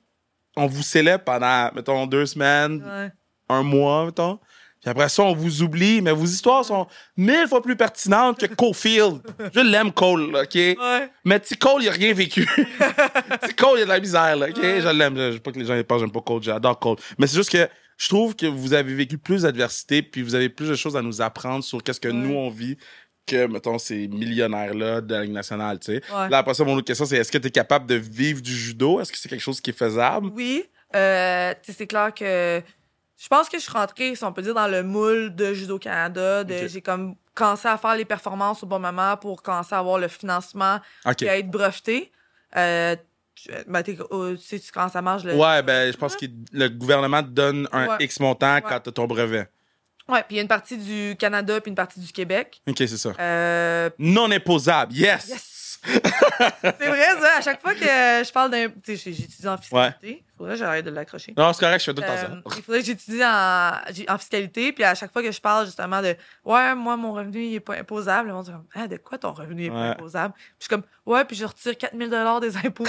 S2: on vous célèbre pendant, mettons, deux semaines,
S1: ouais.
S2: un mois, mettons. Puis après ça, on vous oublie, mais vos histoires sont mille fois plus pertinentes que Cofield. Je l'aime, Cole, là, OK?
S1: Ouais.
S2: Mais petit Cole, il a rien vécu. petit Cole, il a de la misère, là. OK? Je l'aime. Je je veux pas que les gens pensent, j'aime pas Cole. J'adore Cole. Mais c'est juste que je trouve que vous avez vécu plus d'adversité, puis vous avez plus de choses à nous apprendre sur qu'est-ce que
S1: Ouais.
S2: nous, on vit que, mettons, ces millionnaires-là de la Ligue nationale, tu sais.
S1: Ouais.
S2: Là, après ça, mon autre question, c'est est-ce que tu es capable de vivre du judo? Est-ce que c'est quelque chose qui est faisable?
S1: Oui. Euh, tu sais, c'est clair que je pense que je suis rentrée, si on peut dire, dans le moule de Judo Canada. de-
S2: Ok.
S1: J'ai comme commencé à faire les performances au bon moment pour commencer à avoir le financement
S2: OK.
S1: et à être breveté. Euh, tu, ben, t'es- oh, tu sais, tu commences à manger le.
S2: Ouais, ben, je pense que le gouvernement te donne un
S1: Ouais.
S2: X montant quand t'as ton brevet.
S1: Ouais, puis il y a une partie du Canada puis une partie du Québec.
S2: OK, c'est ça.
S1: Euh,
S2: Non imposable. Yes!
S1: yes! c'est vrai, ça. À chaque fois que je parle d'un. Tu sais, j'ai- j'étudie en fiscalité. Faudrait que j'arrête de l'accrocher.
S2: Non, c'est correct, je fais tout le temps
S1: Euh,
S2: ça.
S1: il faudrait que j'étudie en, j'ai- en fiscalité, puis à chaque fois que je parle justement de Ouais, moi, mon revenu, il est pas imposable, le monde est comme Ah, de quoi ton revenu est
S2: Ouais.
S1: pas imposable? Puis je suis comme Ouais, puis je retire 4000 des impôts.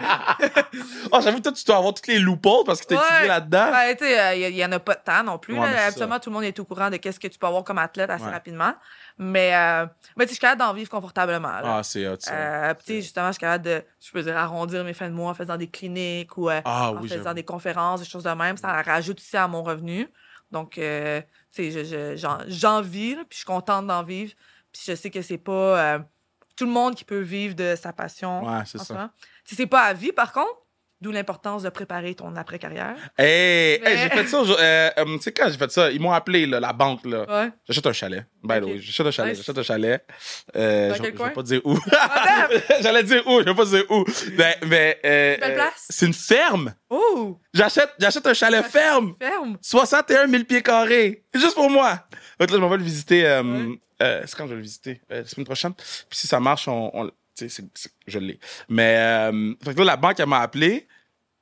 S2: Ah, j'avoue, toi, tu dois avoir toutes les loopholes parce que t'as
S1: Ouais.
S2: étudié là-dedans.
S1: Ben, tu sais, euh, il y, y en a pas de temps non plus.
S2: Ouais,
S1: là.
S2: mais c'est ça.
S1: Habituellement, tout le monde est au courant de qu'est-ce que tu peux avoir comme athlète assez
S2: Ouais.
S1: rapidement. Mais, euh, mais tu sais, je suis capable d'en vivre confortablement. là.
S2: Ah, c'est hot, ça.
S1: Euh, puis tu sais, justement, je suis capable de, je peux dire, arrondir mes fins de mois en faisant des cliniques ou euh,
S2: ah,
S1: en
S2: oui,
S1: faisant
S2: j'avoue.
S1: des conférences, des choses de même. Ça rajoute aussi à mon revenu. Donc, euh, tu sais, je- je- j'en j'en vis, là, puis je suis contente d'en vivre. Puis je sais que c'est pas euh, tout le monde qui peut vivre de sa passion.
S2: Ouais, c'est
S1: en ce
S2: ça.
S1: moment. Si c'est pas à vie, par contre, d'où l'importance de préparer ton après-carrière.
S2: Hey, hey,
S1: Mais-
S2: j'ai fait ça. aujourd'hui- euh, euh, tu sais, quand j'ai fait ça, ils m'ont appelé, là, la banque, là.
S1: Ouais.
S2: J'achète un chalet. Ben
S1: Ok.
S2: oui, j'achète un chalet.
S1: Nice.
S2: J'achète un chalet. Euh,
S1: Dans
S2: je,
S1: quel
S2: je
S1: coin?
S2: vais pas dire où.
S1: Madame!
S2: J'allais dire où, je vais pas dire où. Ben, mais. euh,
S1: Belle
S2: euh,
S1: place.
S2: C'est une ferme.
S1: Oh!
S2: J'achète j'achète un chalet ferme.
S1: Ferme!
S2: 61 000 pieds carrés. Juste pour moi. Donc là, je m'en vais le visiter. euh,
S1: Ouais.
S2: euh, c'est quand je vais le visiter? Euh, la semaine prochaine. Puis si ça marche, on, on- tu sais, c'est- c'est- je l'ai. Mais euh, fait que là, la banque, elle m'a appelé.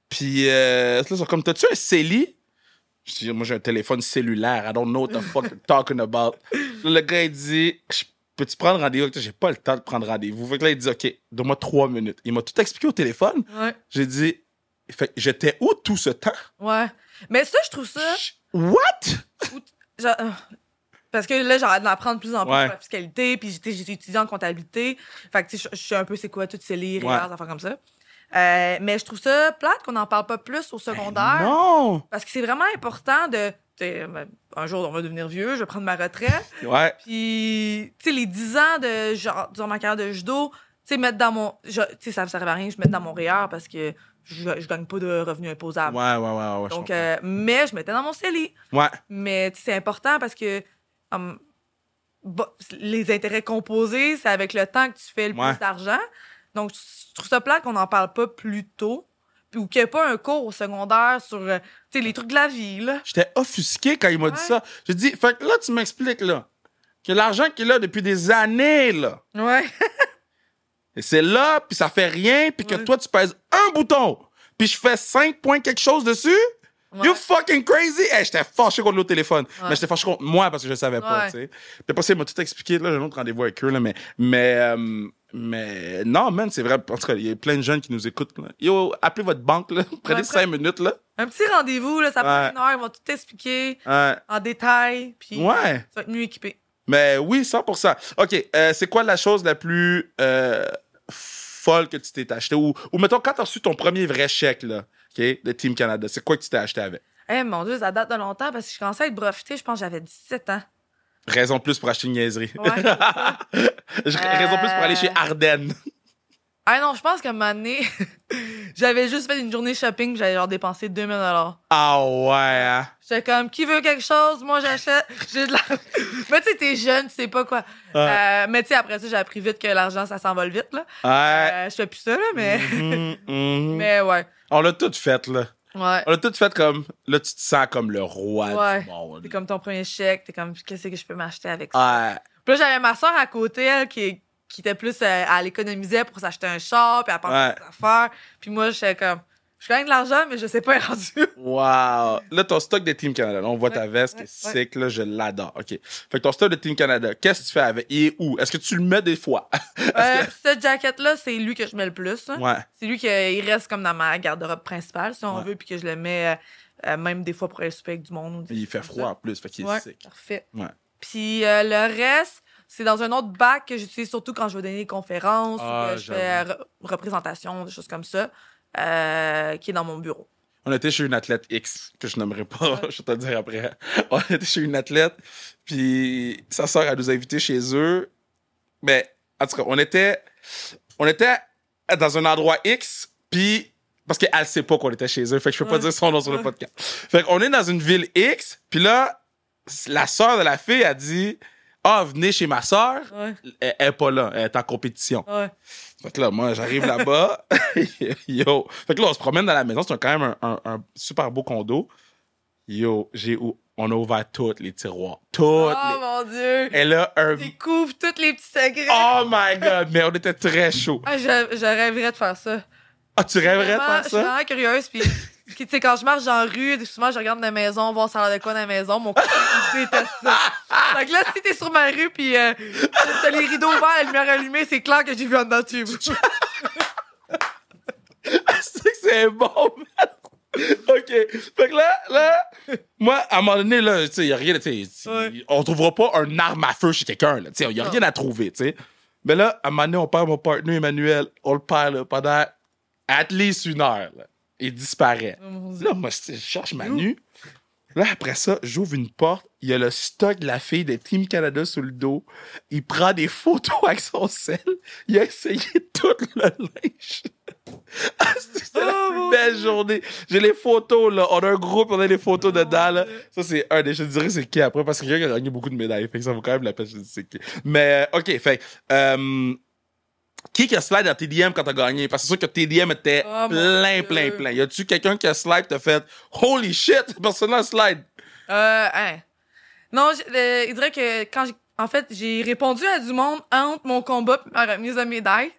S2: Puis euh, là, ils sont comme, t'as-tu un CELI? Je dis, moi, j'ai un téléphone cellulaire. I don't know what the fuck you're talking about. Là, le gars, il dit, Je- peux-tu prendre rendez-vous? avec toi? J'ai pas le temps de prendre rendez-vous. Fait que là, il dit, OK, donne-moi trois minutes. Il m'a tout expliqué au téléphone.
S1: Ouais.
S2: J'ai dit, fait que j'étais où tout ce temps?
S1: Ouais. Mais ça, je trouve ça.
S2: What?
S1: Genre, euh, parce que là, j'arrête d'en apprendre de plus en plus
S2: Ouais.
S1: sur la fiscalité, puis j'étais- j'ai étudié en comptabilité. Fait que, tu sais, je je sais un peu c'est quoi toutes ces livres,
S2: Ouais.
S1: affaires comme ça. Euh, mais je trouve ça plate qu'on n'en parle pas plus au secondaire.
S2: Ben Non!
S1: Parce que c'est vraiment important de. tu sais, ben, Un jour, on va devenir vieux, je vais prendre ma retraite.
S2: Ouais.
S1: Puis, tu sais, les 10 ans de, genre, durant ma carrière de judo, tu sais, mettre dans mon. je- Tu sais, ça ne servait à rien, que je mette dans mon REER parce que je ne gagne pas de revenus imposables.
S2: Ouais, ouais, ouais, ouais. ouais, je
S1: Ah. Donc,
S2: comprends.
S1: euh, mais je mettais dans mon CELI.
S2: Ouais.
S1: Mais tu sais, c'est important parce que hum, bon, les intérêts composés, c'est avec le temps que tu fais le
S2: Ouais.
S1: plus d'argent. Donc, je trouve ça plat qu'on n'en parle pas plus tôt. Puis, ou qu'il n'y ait pas un cours au secondaire sur euh, tu sais, les trucs de la vie. Là.
S2: J'étais offusqué quand il m'a
S1: Ouais.
S2: dit ça. J'ai dit, fait que là, tu m'expliques, là, que l'argent qu'il a depuis des années, là,
S1: Ouais.
S2: et c'est là, puis ça fait rien, puis que
S1: Ouais.
S2: toi, tu pèses un bouton, puis je fais 5 points quelque chose dessus, you fucking crazy! Hey, j'étais fâché contre l'autre téléphone.
S1: Ouais.
S2: Mais j'étais fâché contre moi parce que je le savais pas,
S1: Ouais.
S2: tu sais. Puis après, ça, il m'a tout expliqué, là, j'ai un autre rendez-vous avec eux, là, mais, mais, euh, mais, non, man, c'est vrai. En tout cas, il y a plein de jeunes qui nous écoutent, là. Yo, appelez votre banque, là. Prenez
S1: après-
S2: 5 minutes, là.
S1: Un petit rendez-vous, là, ça prend
S2: Ouais.
S1: une heure, ils vont tout t'expliquer
S2: Ouais.
S1: en détail. Puis,
S2: Euh, ouais.
S1: tu vas être mieux équipé.
S2: Mais oui, 100%. OK, euh, c'est quoi la chose la plus euh, folle que tu t'es acheté? Ou, ou mettons, quand t'as reçu ton premier vrai chèque là, OK, de Team Canada, c'est quoi que tu t'es acheté avec?
S1: Eh mon Dieu, ça date de longtemps parce que je commençais à être brevetée, je pense que j'avais 17 ans.
S2: Raison de plus pour acheter une niaiserie.
S1: Ouais, c'est ça. Euh.
S2: Je- Raison de plus pour aller chez Ardennes.
S1: Ah non, je pense qu'à un moment donné, J'avais juste fait une journée shopping, puis j'avais genre dépensé 2000
S2: Ah ouais. hein?
S1: J'étais comme, qui veut quelque chose? Moi, j'achète. J'ai de la... Mais tu sais, t'es jeune, tu sais pas quoi. Euh, mais tu sais, après ça, j'ai appris vite que l'argent, ça s'envole vite, là.
S2: Ouais.
S1: Euh, je fais plus ça, là, mais.
S2: Mhm, mhm.
S1: mais ouais.
S2: On l'a tout fait, là.
S1: Ouais.
S2: On l'a tout fait comme. Là, tu te sens comme le roi
S1: Ouais.
S2: du monde.
S1: C'est comme ton premier chèque, t'es comme, qu'est-ce que je peux m'acheter avec ça?
S2: Ouais.
S1: Puis là, j'avais ma soeur à côté, elle, qui, qui était plus. euh, elle économisait pour s'acheter un char, puis elle pensait
S2: Ouais.
S1: à ses affaires. Puis moi, j'étais comme, je gagne de l'argent, mais je sais pas, rendu.
S2: Wow! Là, ton stock de Team Canada, là, on voit ta
S1: Ouais,
S2: veste,
S1: ouais,
S2: c'est sick, là, je l'adore. OK. Fait que ton stock de Team Canada, qu'est-ce que tu fais avec? Et où? Est-ce que tu le mets des fois?
S1: Euh, puis cette jaquette-là, c'est lui que je mets le plus. hein.
S2: ouais.
S1: C'est lui qui euh, il reste comme dans ma garde-robe principale, si on
S2: Ouais.
S1: veut, puis que je le mets euh, euh, même des fois pour aller souper avec du monde. ou des
S2: Il
S1: choses
S2: fait
S1: comme
S2: froid en plus, fait
S1: ça.
S2: qu'il
S1: Ouais,
S2: est sick.
S1: parfait.
S2: Ouais.
S1: Puis euh, le reste, c'est dans un autre bac que j'utilise surtout quand je vais donner des conférences
S3: Ah,
S1: ou que je fais euh, re- représentation, des choses comme ça, euh, qui est dans mon bureau.
S2: On était chez une athlète X, que je nommerai pas, je vais te le dire après. On était chez une athlète, puis sa soeur, elle nous a invités chez eux. Mais, en tout cas, on était, on était dans un endroit X, puis parce qu'elle sait pas qu'on était chez eux, fait que je peux pas
S1: Ouais.
S2: dire son nom sur le
S1: Ouais.
S2: podcast. Fait qu'on est dans une ville X, puis là, la soeur de la fille a dit Ah, venez chez ma soeur.
S1: Ouais,
S2: Elle elle est pas là, elle est en compétition.
S1: ouais.
S2: Fait que là, moi, j'arrive là-bas. Yo. Fait que là, on se promène dans la maison. C'est quand même un, un- un super beau condo. Yo, j'ai ou- on a ouvert tous les tiroirs. Toutes
S1: Oh mon Dieu!
S2: les. Et là, un.
S1: Découvre tous les petits secrets!
S2: Oh my god, mais on était très chaud.
S1: Ah, je, je rêverais de faire ça.
S2: Ah, tu rêverais de
S1: Vraiment,
S2: faire
S1: Je suis
S2: ça?
S1: vraiment curieuse. Puis, puis, tu sais, quand je marche dans la rue, souvent, je regarde la maison, voir ça a l'air de quoi dans la maison. Mon copain il déteste ça. Donc là, si t'es sur ma rue, puis euh, t'as les rideaux ouverts, la lumière allumée, c'est clair que j'ai vu en dedans de chez vous.
S2: C'est que c'est bon, man. OK. Fait que là, là, moi, à un moment donné, là, tu sais, y a rien, tu sais,
S1: Ouais.
S2: on trouvera pas un arme à feu chez quelqu'un, là. Tu sais, y a
S1: Non.
S2: rien à trouver, tu sais. Mais là, à un moment donné, on perd mon partenaire Emmanuel. On le perd, là, pendant at least une heure, là. Il disparaît.
S1: Oh mon Dieu.
S2: Là, moi, je je cherche Manu. Là, après ça, j'ouvre une porte. Il y a le stock de la fille de Team Canada sous le dos. Il prend des photos avec son sel. Il a essayé tout le linge. Ah, C'était la
S1: Oh,
S2: plus
S1: mon
S2: belle
S1: Dieu.
S2: journée. J'ai les photos, là. On a un groupe, on a les photos
S1: Oh,
S2: dedans,
S1: mon
S2: là.
S1: Dieu.
S2: Ça, c'est un des. Je te dirais c'est qui après, parce que quelqu'un a gagné beaucoup de médailles. Fait que ça vaut quand même la peine, je te dis c'est qui. Mais, euh, OK, fait. euh, qui qui a slide dans TDM quand t'as gagné? Parce que c'est sûr que TDM était
S1: Oh, mon
S2: plein,
S1: Dieu.
S2: plein, plein. Y a-tu quelqu'un qui a slide t'a fait Holy shit, cette personne-là slide?
S1: Euh, hein. Non, je- euh, il dirait que quand j'ai. En fait, j'ai répondu à du monde entre mon combat et ma remise de médaille.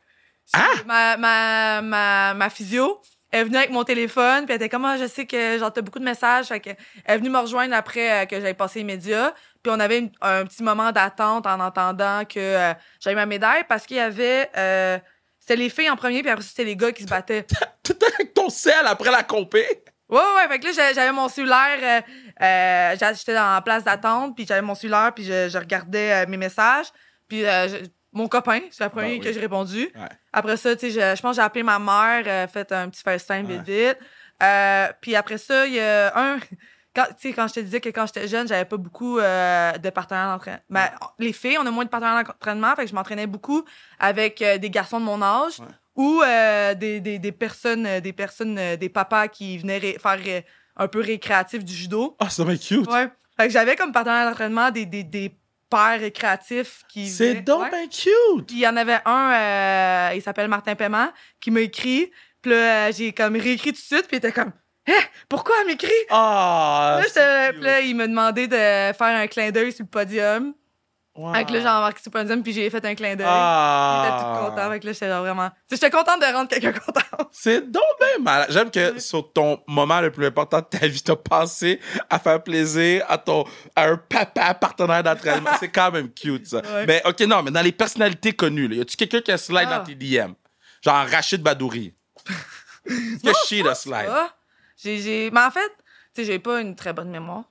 S2: Ah!
S1: Ma, ma, ma, ma physio est venue avec mon téléphone, puis elle était comme, Ah, je sais que genre, t'as beaucoup de messages. Fait que, elle est venue me rejoindre après euh, que j'avais passé les médias. Puis on avait une- un petit moment d'attente en entendant que euh, j'avais ma médaille parce qu'il y avait. euh, c'était les filles en premier, puis après, ça, c'était les gars qui se battaient.
S2: T'étais avec ton sel après la compé?
S1: Ouais, ouais, ouais, fait que là, j'avais- j'avais mon cellulaire, euh, euh, j'a- j'étais dans la place d'attente, puis j'avais mon cellulaire, puis je, je regardais euh, mes messages, puis euh, je- mon copain, c'est le premier
S2: Ben oui.
S1: que j'ai répondu.
S2: Ouais.
S1: Après ça, tu sais, je, je pense que j'ai appelé ma mère, euh, fait un petit FaceTime
S2: Ouais.
S1: vite vite. Euh, puis après ça, il y a un... Quand, tu sais, quand je te disais que quand j'étais jeune, j'avais pas beaucoup euh, de partenaires d'entraînement. Ben, les filles, on a moins de partenaires d'entraînement, fait que je m'entraînais beaucoup avec euh, des garçons de mon âge
S2: Ouais.
S1: ou euh, des, des, des personnes, euh, des personnes, euh, des papas qui venaient ré- faire euh, un peu récréatif du judo.
S2: Ah, c'est bien cute.
S1: Ouais. Fait que j'avais comme partenaire d'entraînement des, des, des pères récréatifs qui.
S2: C'est
S1: venaient-
S2: donc
S1: Ouais.
S2: bien cute.
S1: Puis il y en avait un, euh, il s'appelle Martin Paiement, qui m'a écrit. Puis là, euh, j'ai comme réécrit tout de suite, puis il était comme Hé, pourquoi elle m'écrit?
S2: Ah!
S1: Là,
S2: c'est
S1: j'étais- puis là, il m'a demandé de faire un clin d'œil sur le podium.
S2: wow.
S1: Avec là, j'ai embarqué sur le podium, puis j'ai fait un clin d'œil. Il était tout content.
S2: Ah!
S1: Fait que là, j'étais genre vraiment. Tu sais, J'étais contente de rendre quelqu'un content.
S2: C'est donc bien malade. J'aime que sur ton moment le plus important de ta vie, t'as pensé à faire plaisir à ton à un papa partenaire d'entraînement. c'est quand même cute, ça.
S1: Ouais.
S2: Mais OK, non, mais dans les personnalités connues, là, y a-tu quelqu'un qui a slide
S1: Ah.
S2: dans tes DM? Genre Rachid Badouri. Est-ce que she a slide?
S1: Ah, j'ai, j'ai... Mais en fait, tu sais, j'ai pas une très bonne mémoire.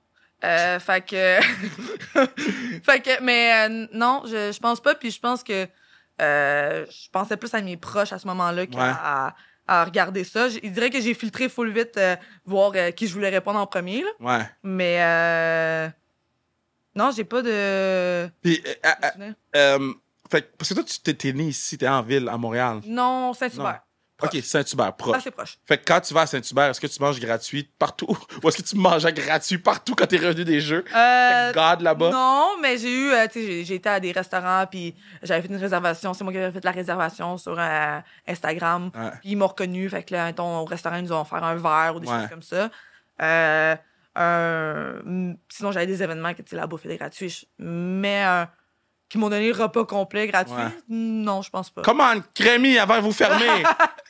S1: Euh, fait que. fait que. Mais euh, non, je, je pense pas. Puis je pense que. euh, je pensais plus à mes proches à ce moment-là qu'à
S2: Ouais.
S1: à, à regarder ça. J- Il dirait que j'ai filtré full vite euh, voir euh, qui je voulais répondre en premier. là.
S2: Ouais.
S1: Mais. euh, non, j'ai pas de.
S2: Puis, euh, euh,
S1: souvenir.
S2: euh, euh, fait que- parce que toi, tu t'es t'es né ici, t'es en ville, à Montréal.
S1: Non,
S2: Non.
S1: Saint-Hubert. Proche.
S2: OK, Saint-Hubert, proche.
S1: Assez proche.
S2: Fait que quand tu vas à Saint-Hubert, est-ce que tu manges gratuit partout? Ou est-ce que tu mangeais gratuit partout quand t'es revenu des jeux?
S1: Euh,
S2: God là-bas.
S1: Non, mais j'ai eu, euh, tu sais, j'ai- j'ai été à des restaurants, puis j'avais fait une réservation. C'est moi qui avais fait la réservation sur euh, Instagram.
S2: Ouais.
S1: Puis ils m'ont reconnu. Fait que là, mettons, au restaurant, ils nous ont offert un verre ou des
S2: Ouais.
S1: choses comme ça. Euh, un- mm, sinon, j'avais des événements que tu sais, la bouffe était gratuite. Mais euh, qui m'ont donné le repas complet gratuit.
S2: Ouais.
S1: Non, je pense pas.
S2: Come on, Crémy, avant vous fermer.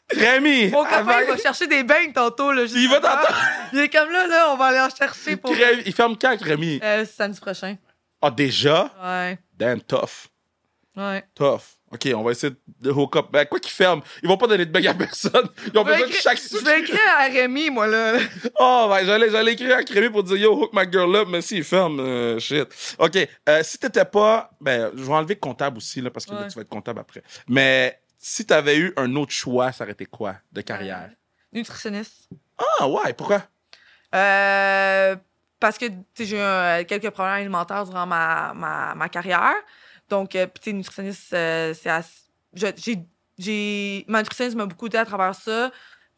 S2: Crémy!
S1: Mon copain,
S2: avant-
S1: il va chercher des beignes tantôt. Là, juste
S2: Il va
S1: avant. Il est comme là, là, on va aller en chercher pour
S2: Crémy- Il ferme quand, Crémy?
S1: euh, samedi prochain.
S2: Ah, déjà?
S1: Ouais,
S2: Damn, tough.
S1: ouais.
S2: Tough. OK, on va essayer de hook up. Ben, quoi qu'ils ferment, ils vont pas donner de bague à personne. Ils
S1: Je
S2: ont
S1: vais
S2: besoin de
S1: écrire-
S2: chaque
S1: Je vais écrire à Rémi, moi, là.
S2: Oh, ben, j'allais, j'allais écrire à Crémy pour dire Yo, hook my girl up, mais s'il ferme, euh, shit. OK, euh, si t'étais pas. Ben, je vais enlever comptable aussi, là, parce que là,
S1: Ouais.
S2: tu vas être comptable après. Mais si t'avais eu un autre choix, ça aurait été quoi de carrière?
S1: Euh. Nutritionniste.
S2: Ah, ouais, pourquoi?
S1: Euh, parce que, tu sais, j'ai eu euh, quelques problèmes alimentaires durant ma, ma, ma carrière. Donc, euh, puis, tu sais, nutritionniste, euh, c'est assez- je- j'ai- j'ai- Ma nutritionniste m'a beaucoup aidé à travers ça.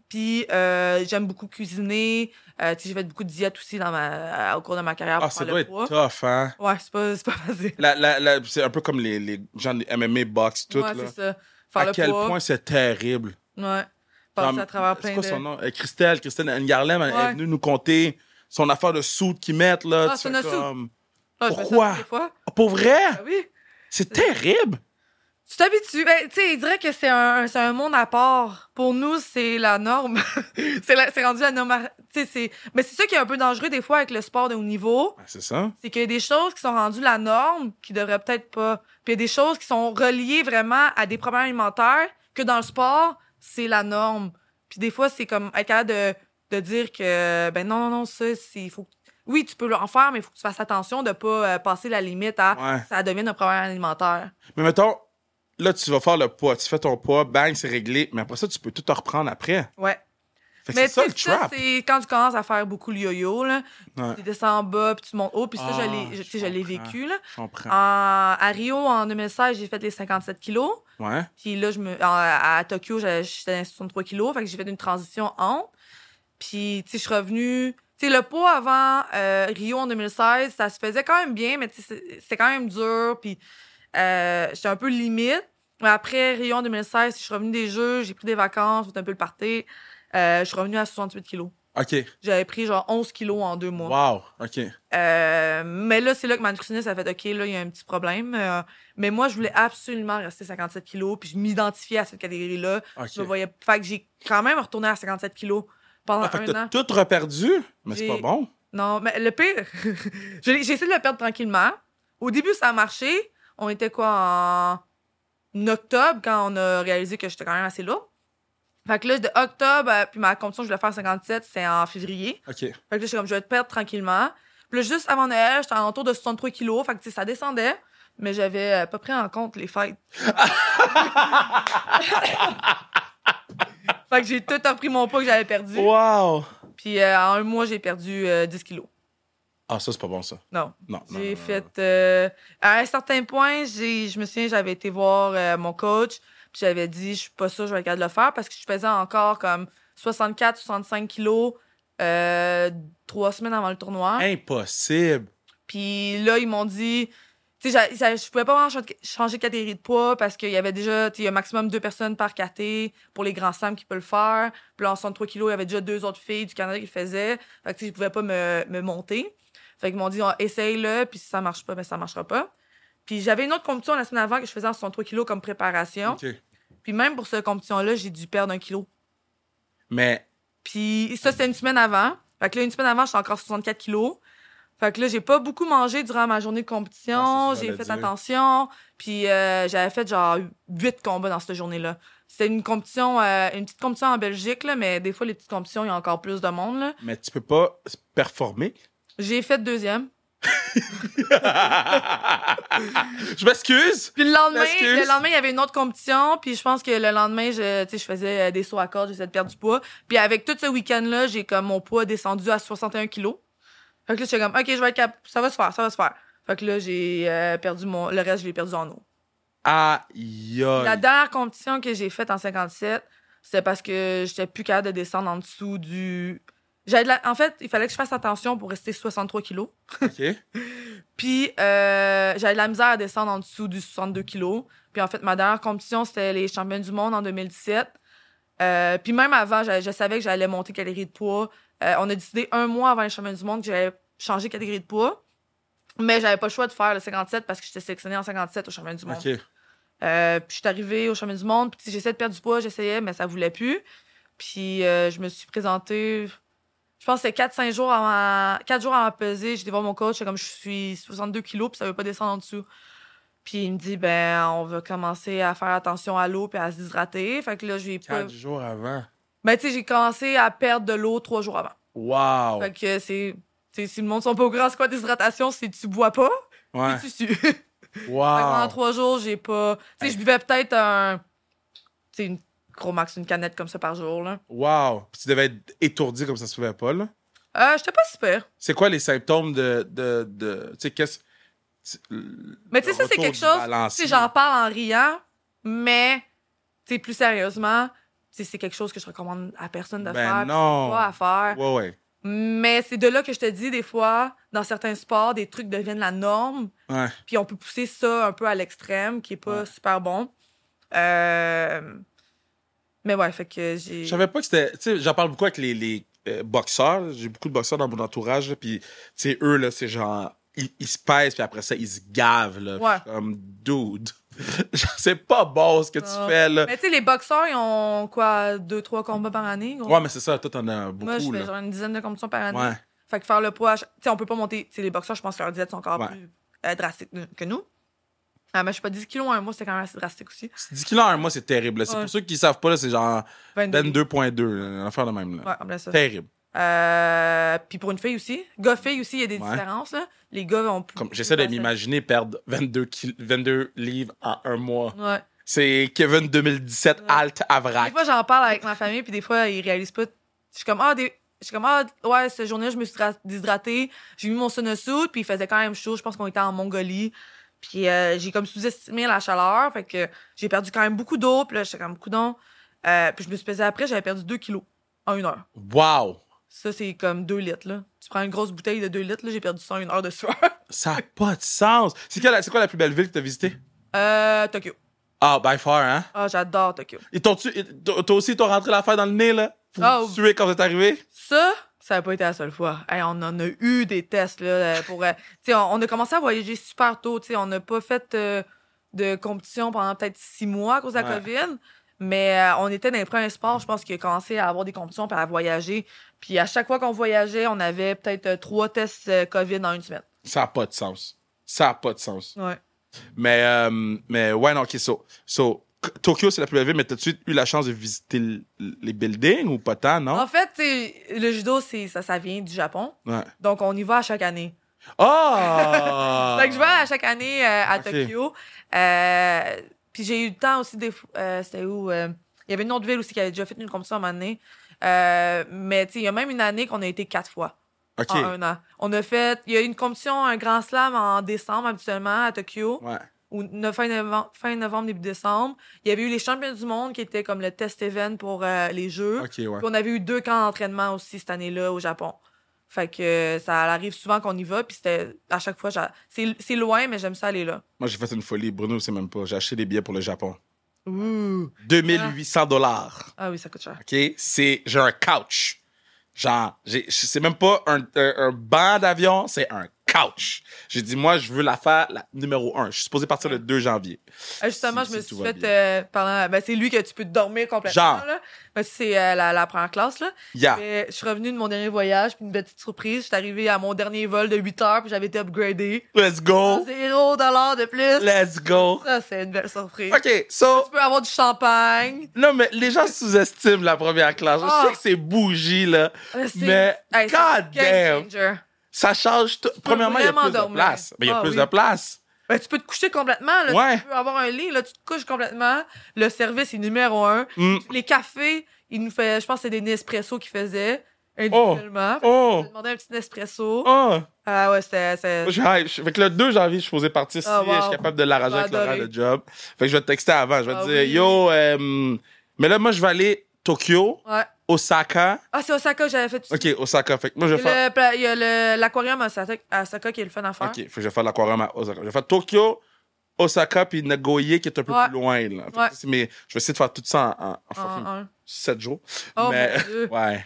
S1: Puis, euh, j'aime beaucoup cuisiner. Euh, tu sais, j'ai fait beaucoup de diètes aussi dans ma, euh, au cours de ma carrière
S2: Ah,
S1: pour
S2: ça
S1: faire
S2: doit
S1: le
S2: être
S1: poids.
S2: tough, hein?
S1: Ouais, c'est pas, c'est pas facile.
S2: La- la- la- c'est un peu comme les, les gens des MMA box, tout.
S1: ouais,
S2: là.
S1: c'est ça. Faire
S2: À
S1: le
S2: quel
S1: poids.
S2: point c'est terrible.
S1: Ouais. Passer
S2: Genre,
S1: à travers
S2: C'est
S1: plein
S2: quoi
S1: de...
S2: son nom? Euh, Christelle, Christelle Ngarlem elle est
S1: Ouais.
S2: venue nous conter son affaire de soute qu'ils mettent, là.
S1: Ah,
S2: Tu
S1: c'est
S2: fais
S1: notre soute.
S2: comme,
S1: Ah, je fais ça
S2: Pourquoi?
S1: toutes les fois.
S2: Ah, pour vrai?
S1: Ah oui.
S2: C'est terrible!
S1: Tu t'habitues. Ben, tu sais, il dirait que c'est un, c'est un monde à part. Pour nous, c'est la norme. c'est la- c'est rendu la norme. Tu sais, c'est. Mais c'est ça qui est un peu dangereux des fois avec le sport de haut niveau.
S2: Ah, c'est ça.
S1: C'est qu'il y a des choses qui sont rendues la norme qui devraient peut-être pas. Puis il y a des choses qui sont reliées vraiment à des problèmes alimentaires que dans le sport, c'est la norme. Puis des fois, c'est comme être capable de, de dire que, ben non, non, non, ça, c'est- il faut. Oui, tu peux en faire, mais il faut que tu fasses attention de pas euh, passer la limite à.
S2: Ouais.
S1: Ça devienne un problème alimentaire.
S2: Mais mettons, là, tu vas faire le poids, tu fais ton poids, bang, c'est réglé. Mais après ça, tu peux tout te reprendre après.
S1: Ouais.
S2: Fait que
S1: Mais tu sais,
S2: c'est ça
S1: ça,
S2: le trap.
S1: c'est quand tu commences à faire beaucoup le yo-yo, là.
S2: Ouais.
S1: Tu descends en bas, puis tu montes haut, puis ça,
S2: Ah,
S1: je l'ai- je- tu sais, je l'ai
S2: je comprends.
S1: vécu, là.
S2: Je comprends.
S1: En- à Rio, en 2016, j'ai fait les 57 kilos.
S2: Ouais.
S1: Puis là, je me, en- à Tokyo, j'avais- j'étais à 63 kilos. Fait que j'ai fait une transition entre. Puis, tu sais, je suis revenue. Tu sais, le poids avant euh, Rio en 2016, ça se faisait quand même bien, mais tu sais, c'est- c'était quand même dur. Puis, euh, j'étais un peu limite. Mais après Rio en 2016, je suis revenue des Jeux, j'ai pris des vacances, j'ai fait un peu le party. Euh, je suis revenue à 68 kilos.
S2: OK.
S1: J'avais pris genre 11 kilos en deux mois.
S2: Wow. OK.
S1: Euh, mais là, c'est là que ma nutritionniste a fait OK, là, il y a un petit problème. Euh, mais moi, je voulais absolument rester 57 kilos, puis je m'identifiais à cette catégorie-là.
S2: OK.
S1: Je me voyais. Fait que j'ai quand même retourné à 57 kilos pendant
S2: Ah, fait que
S1: un
S2: t'as
S1: an.
S2: tout reperdu, mais c'est
S1: J'ai-
S2: pas bon.
S1: Non, mais le pire, je l'ai- j'ai essayé de le perdre tranquillement. Au début, ça a marché. On était quoi en, en octobre quand on a réalisé que j'étais quand même assez lourd. Fait que là, de octobre, euh, puis ma compétition, je voulais faire 57, c'est en février.
S2: OK.
S1: Fait que là, j'étais comme, je vais te perdre tranquillement. Puis là, juste avant Noël, j'étais en tour de 63 kilos. Fait que, tu sais, ça descendait. Mais j'avais euh, pas pris en compte les fêtes. fait que j'ai tout repris mon poids que j'avais perdu.
S2: Wow.
S1: Puis euh, en un mois, j'ai perdu euh, 10 kilos.
S2: Ah, ça, c'est pas bon, ça.
S1: Non.
S2: Non. non, non,
S1: J'ai
S2: non, non.
S1: fait. euh, à un certain point, j'ai, je me souviens, j'avais été voir euh, mon coach, puis j'avais dit, je suis pas sûre, que je vais être capable de le faire parce que je pesais encore comme 64, 65 kilos euh, trois semaines avant le tournoi.
S2: Impossible.
S1: Puis là, ils m'ont dit, tu sais, j'a- ça- je pouvais pas vraiment cha- changer de catégorie de poids parce qu'il y avait déjà, tu sais, il y a maximum deux personnes par caté pour les grands Sam qui peuvent le faire. Puis là, en 63 kilos, il y avait déjà deux autres filles du Canada qui le faisaient. Fait que, tu sais, je pouvais pas me, me monter. Fait qu'ils m'ont dit, Ah, essaye-le, puis si ça marche pas, ben ça marchera pas. Puis j'avais une autre compétition la semaine avant que je faisais en 63 kilos comme préparation.
S2: OK.
S1: Puis même pour cette compétition-là, j'ai dû perdre un kilo.
S2: Mais
S1: Puis ça, c'était une semaine avant. Fait que là, une semaine avant, j'étais encore 64 kilos. Fait que là, j'ai pas beaucoup mangé durant ma journée de compétition.
S2: Ah, c'est ça que
S1: j'ai
S2: j'allais
S1: fait
S2: dire.
S1: attention. Puis euh, j'avais fait genre huit combats dans cette journée-là. C'était une compétition, euh, une petite compétition en Belgique, là, mais des fois, les petites compétitions, il y a encore plus de monde. là.
S2: Mais tu peux pas performer.
S1: J'ai fait deuxième.
S2: je m'excuse.
S1: Puis le lendemain,
S2: Excuse.
S1: le lendemain, il y avait une autre compétition. Puis je pense que le lendemain, je, tu sais, je faisais euh, des sauts à cordes, j'essayais de perdre du poids. Puis avec tout ce week-end-là, j'ai comme mon poids descendu à 61 kilos. Fait que là, j'étais comme, OK, je vais être capable. Ça va se faire, ça va se faire. Fait que là, j'ai euh, perdu mon. Le reste, je l'ai perdu en eau.
S2: Aïe. aïe.
S1: La dernière compétition que j'ai faite en 57, C'était parce que j'étais plus capable de descendre en dessous du. J'avais de la- En fait, il fallait que je fasse attention pour rester 63 kilos.
S2: OK.
S1: Puis euh, j'avais de la misère à descendre en dessous du 62 kilos. Puis en fait, ma dernière compétition, c'était les championnes du monde en 2017. Euh, puis même avant, j'a- je, savais que j'allais monter catégorie de poids. Euh, on a décidé un mois avant les championnes du monde que j'allais changer catégorie de poids. Mais j'avais pas le choix de faire le 57 parce que j'étais sélectionnée en 57 aux championnes du monde.
S2: OK.
S1: Euh, puis je suis arrivée au chemin du monde, puis j'essayais de perdre du poids, j'essayais, mais ça voulait plus. Puis euh, je me suis présentée, je pense que c'était 4-5 jours avant, 4 jours avant peser, j'étais voir mon coach, j'étais comme je suis 62 kilos, puis ça veut pas descendre en dessous. Puis il me dit, ben, on va commencer à faire attention à l'eau puis à se déshydrater. Fait que là, j'ai pas.
S2: Quatre jours avant.
S1: Ben, tu sais, j'ai commencé à perdre de l'eau trois jours avant.
S2: Wow.
S1: Fait que c'est. tu sais, si le monde sont pas au grand, c'est quoi déshydratation? C'est tu bois pas,
S2: Ouais.
S1: puis tu sues. Fait que pendant
S2: Wow.
S1: trois jours, j'ai pas. Tu sais, je buvais peut-être un. Tu sais, une gros max, une canette comme ça par jour, là.
S2: Wow. Puis tu devais être étourdi comme ça se pouvait pas, là.
S1: Euh, j'étais pas super.
S2: C'est quoi les symptômes de. de, de tu sais, qu'est-ce. tu- le
S1: Mais tu sais, ça, c'est
S2: retour
S1: quelque
S2: du
S1: chose. Tu
S2: balancier.
S1: sais, j'en parle en riant, mais, tu sais, plus sérieusement, tu sais, c'est quelque chose que je recommande à personne de
S2: Ben
S1: faire. puis
S2: non.
S1: Pas à faire.
S2: Ouais, ouais.
S1: Mais c'est de là que je te dis, des fois, dans certains sports, des trucs deviennent la norme.
S2: Ouais.
S1: Puis on peut pousser ça un peu à l'extrême, qui est pas
S2: Ouais.
S1: super bon. Euh, Mais ouais, fait que j'ai.
S2: Je savais pas que c'était. Tu sais, j'en parle beaucoup avec les, les euh, boxeurs. J'ai beaucoup de boxeurs dans mon entourage. là, Puis, tu sais, eux, là, c'est genre. Ils, ils se pèsent, puis après ça, ils se gavent, là.
S1: Ouais.
S2: Je suis Comme, dude. Genre, c'est pas bon ce que tu
S1: Ah.
S2: fais, là.
S1: Mais tu sais, les boxeurs, ils ont quoi, deux, trois combats par année? gros?
S2: Ouais, mais c'est ça, toi, t'en as beaucoup,
S1: Moi, je fais
S2: là.
S1: genre une dizaine de compétitions par année.
S2: Ouais.
S1: Fait que faire le poids, à chaque- tu sais, on peut pas monter. Tu sais, les boxeurs, je pense que leurs diètes sont encore
S2: Ouais.
S1: plus euh, drastiques que nous. Ah, mais je sais pas, 10 kilos en un mois, c'est quand même assez drastique aussi.
S2: C'est 10 kilos en un mois, c'est terrible. là. C'est
S1: Ouais.
S2: pour ceux qui savent pas, là, c'est genre
S1: 22.
S2: Ben 2.2, là, une affaire de même. Là.
S1: Ouais, en plein ça.
S2: Terrible.
S1: Euh, puis pour une fille aussi, gars-fille aussi, il y a des
S2: Ouais.
S1: différences. Là. Les gars ont plus.
S2: Comme, j'essaie de
S1: plus-
S2: m'imaginer perdre 22, kil- 22 livres en un mois.
S1: Ouais.
S2: C'est Kevin 2017,
S1: Ouais.
S2: alt à
S1: Des
S2: vrac.
S1: fois, j'en parle avec ma famille, puis des fois, ils réalisent pas. Je suis comme, ah, des... je suis comme, ah, ouais, cette journée-là, je me suis dra- déshydratée. J'ai mis mon sunnesuit, puis il faisait quand même chaud. Je pense qu'on était en Mongolie. Puis euh, j'ai comme sous-estimé la chaleur. Fait que j'ai perdu quand même beaucoup d'eau. Puis là, j'étais comme, coudon. Euh, puis je me suis pesée après, j'avais perdu 2 kilos en une heure.
S2: Wow!
S1: Ça, c'est comme 2 litres, là. Tu prends une grosse bouteille de 2 litres, là, j'ai perdu ça en une heure de sueur.
S2: Ça n'a pas de sens. C'est quoi, la- c'est quoi la plus belle ville que t'as visitée?
S1: Euh, Tokyo.
S2: Ah, by far, hein?
S1: Ah, j'adore Tokyo.
S2: Et t'ont-tu- et t'o- toi aussi, ils t'ont rentré l'affaire dans le nez, là? Pour
S1: Ah,
S2: te tuer quand t'es arrivé?
S1: Ça, ça n'a pas été la seule fois. Hey, on en a eu des tests. Là, euh, pour, euh, tu sais, on, on a commencé à voyager super tôt. tu sais, On n'a pas fait euh, de compétition pendant peut-être six mois à cause de la
S2: Ouais.
S1: COVID. Mais euh, on était dans les premiers sports, je pense, qui a commencé à avoir des compétitions puis à voyager. Puis à chaque fois qu'on voyageait, on avait peut-être euh, trois tests euh, COVID en une semaine.
S2: Ça n'a pas de sens. Ça n'a pas de sens.
S1: Ouais.
S2: Mais, euh, mais ouais, non, OK, so, so, K- Tokyo, c'est la plus belle ville, mais t'as-tu eu la chance de visiter l- les buildings ou pas tant, non?
S1: En fait, tu sais, le judo, c'est ça, ça vient du Japon.
S2: Ouais.
S1: Donc, on y va à chaque année.
S2: Ah!
S1: Donc, je vais à chaque année euh, à
S2: Ok.
S1: Tokyo. Euh, puis j'ai eu le temps aussi des. fou- euh, C'était où? euh, il y avait une autre ville aussi qui avait déjà fait une compétition à un moment donné. Euh, mais tu sais, il y a même une année qu'on a été quatre fois
S2: OK.
S1: en un an. On a fait. Il y a eu une compétition, un grand slam en décembre habituellement à Tokyo,
S2: Ouais.
S1: ou no- fin novembre, fin novembre, début décembre. Il y avait eu les champions du monde qui étaient comme le test event pour euh, les Jeux.
S2: OK, ouais.
S1: Puis on avait eu deux camps d'entraînement aussi cette année-là au Japon. Fait que euh, ça arrive souvent qu'on y va, puis c'était à chaque fois, j'a- c'est c'est loin, mais j'aime ça aller là.
S2: Moi, j'ai fait une folie. Bruno, c'est même pas. J'ai acheté des billets pour le Japon.
S1: Ouh.
S2: 2800 dollars.
S1: Ah oui, ça coûte cher.
S2: OK? C'est. J'ai un couch. Genre, j'ai- c'est même pas un, un- un banc d'avion, c'est un couch. J'ai dit, moi, je veux la faire la numéro 1. Je suis supposé partir le 2 janvier.
S1: Euh, justement,
S2: Si-
S1: je me
S2: si
S1: suis
S2: tout va
S1: fait
S2: bien.
S1: euh, pendant. Ben, c'est lui que tu peux dormir complètement.
S2: Genre. Ah.
S1: Là. Ben, c'est euh, la, la première classe. Là.
S2: Yeah.
S1: Mais je suis revenue de mon dernier voyage, puis une petite surprise. Je suis arrivée à mon dernier vol de 8 heures, puis j'avais été upgradée.
S2: Let's go.
S1: Zéro dollar de plus.
S2: Let's go.
S1: Ça, c'est une belle surprise.
S2: OK, so.
S1: Tu peux avoir du champagne.
S2: Non, mais les gens sous-estiment la première classe. Je
S1: Ah.
S2: sais que c'est bougie, là.
S1: Euh, c'est-
S2: Mais,
S1: Hey, c'est
S2: god
S1: game
S2: damn.
S1: changer.
S2: Ça change tout. Premièrement, il y a
S1: vraiment
S2: plus de
S1: dormir.
S2: place. Mais il y a
S1: Ah,
S2: plus
S1: oui.
S2: de place.
S1: Ben, tu peux te coucher complètement. Là.
S2: Ouais.
S1: Tu peux avoir un lit, là, tu te couches complètement. Le service est numéro un.
S2: Mm.
S1: Les cafés, il nous fait, je pense que c'est des Nespresso qu'ils faisaient individuellement. Fait que
S2: Oh!
S1: j'ai demandé un petit Nespresso.
S2: Oh!
S1: Ah ouais, c'était. c'est-
S2: Moi, je suis hype. Je- Fait que le 2 janvier, je suis posé partir si
S1: Ah, wow.
S2: je suis capable de l'arranger
S1: Je vais
S2: avec l'horaire
S1: adorer.
S2: de job. Fait que je vais te texter avant. Je vais
S1: Ah
S2: te dire,
S1: oui.
S2: yo, euh, mais là, moi, je vais aller Tokyo,
S1: Ouais.
S2: Osaka.
S1: Ah, c'est Osaka que j'avais fait.
S2: OK, Osaka. Fait que moi, je vais faire.
S1: Le pla- Il y a le- l'aquarium à Osaka, à Osaka qui est le fun à faire.
S2: OK, fait que je vais faire l'aquarium à Osaka. Je vais faire Tokyo, Osaka, puis Nagoya, qui est un peu
S1: Ouais.
S2: plus loin. Là. Fait que
S1: Ouais. Ah.
S2: c'est- Mais je vais essayer de faire tout ça en, en, en
S1: En-
S2: fucking
S1: en-
S2: sept jours.
S1: Oh,
S2: mais,
S1: mon Dieu.
S2: ouais.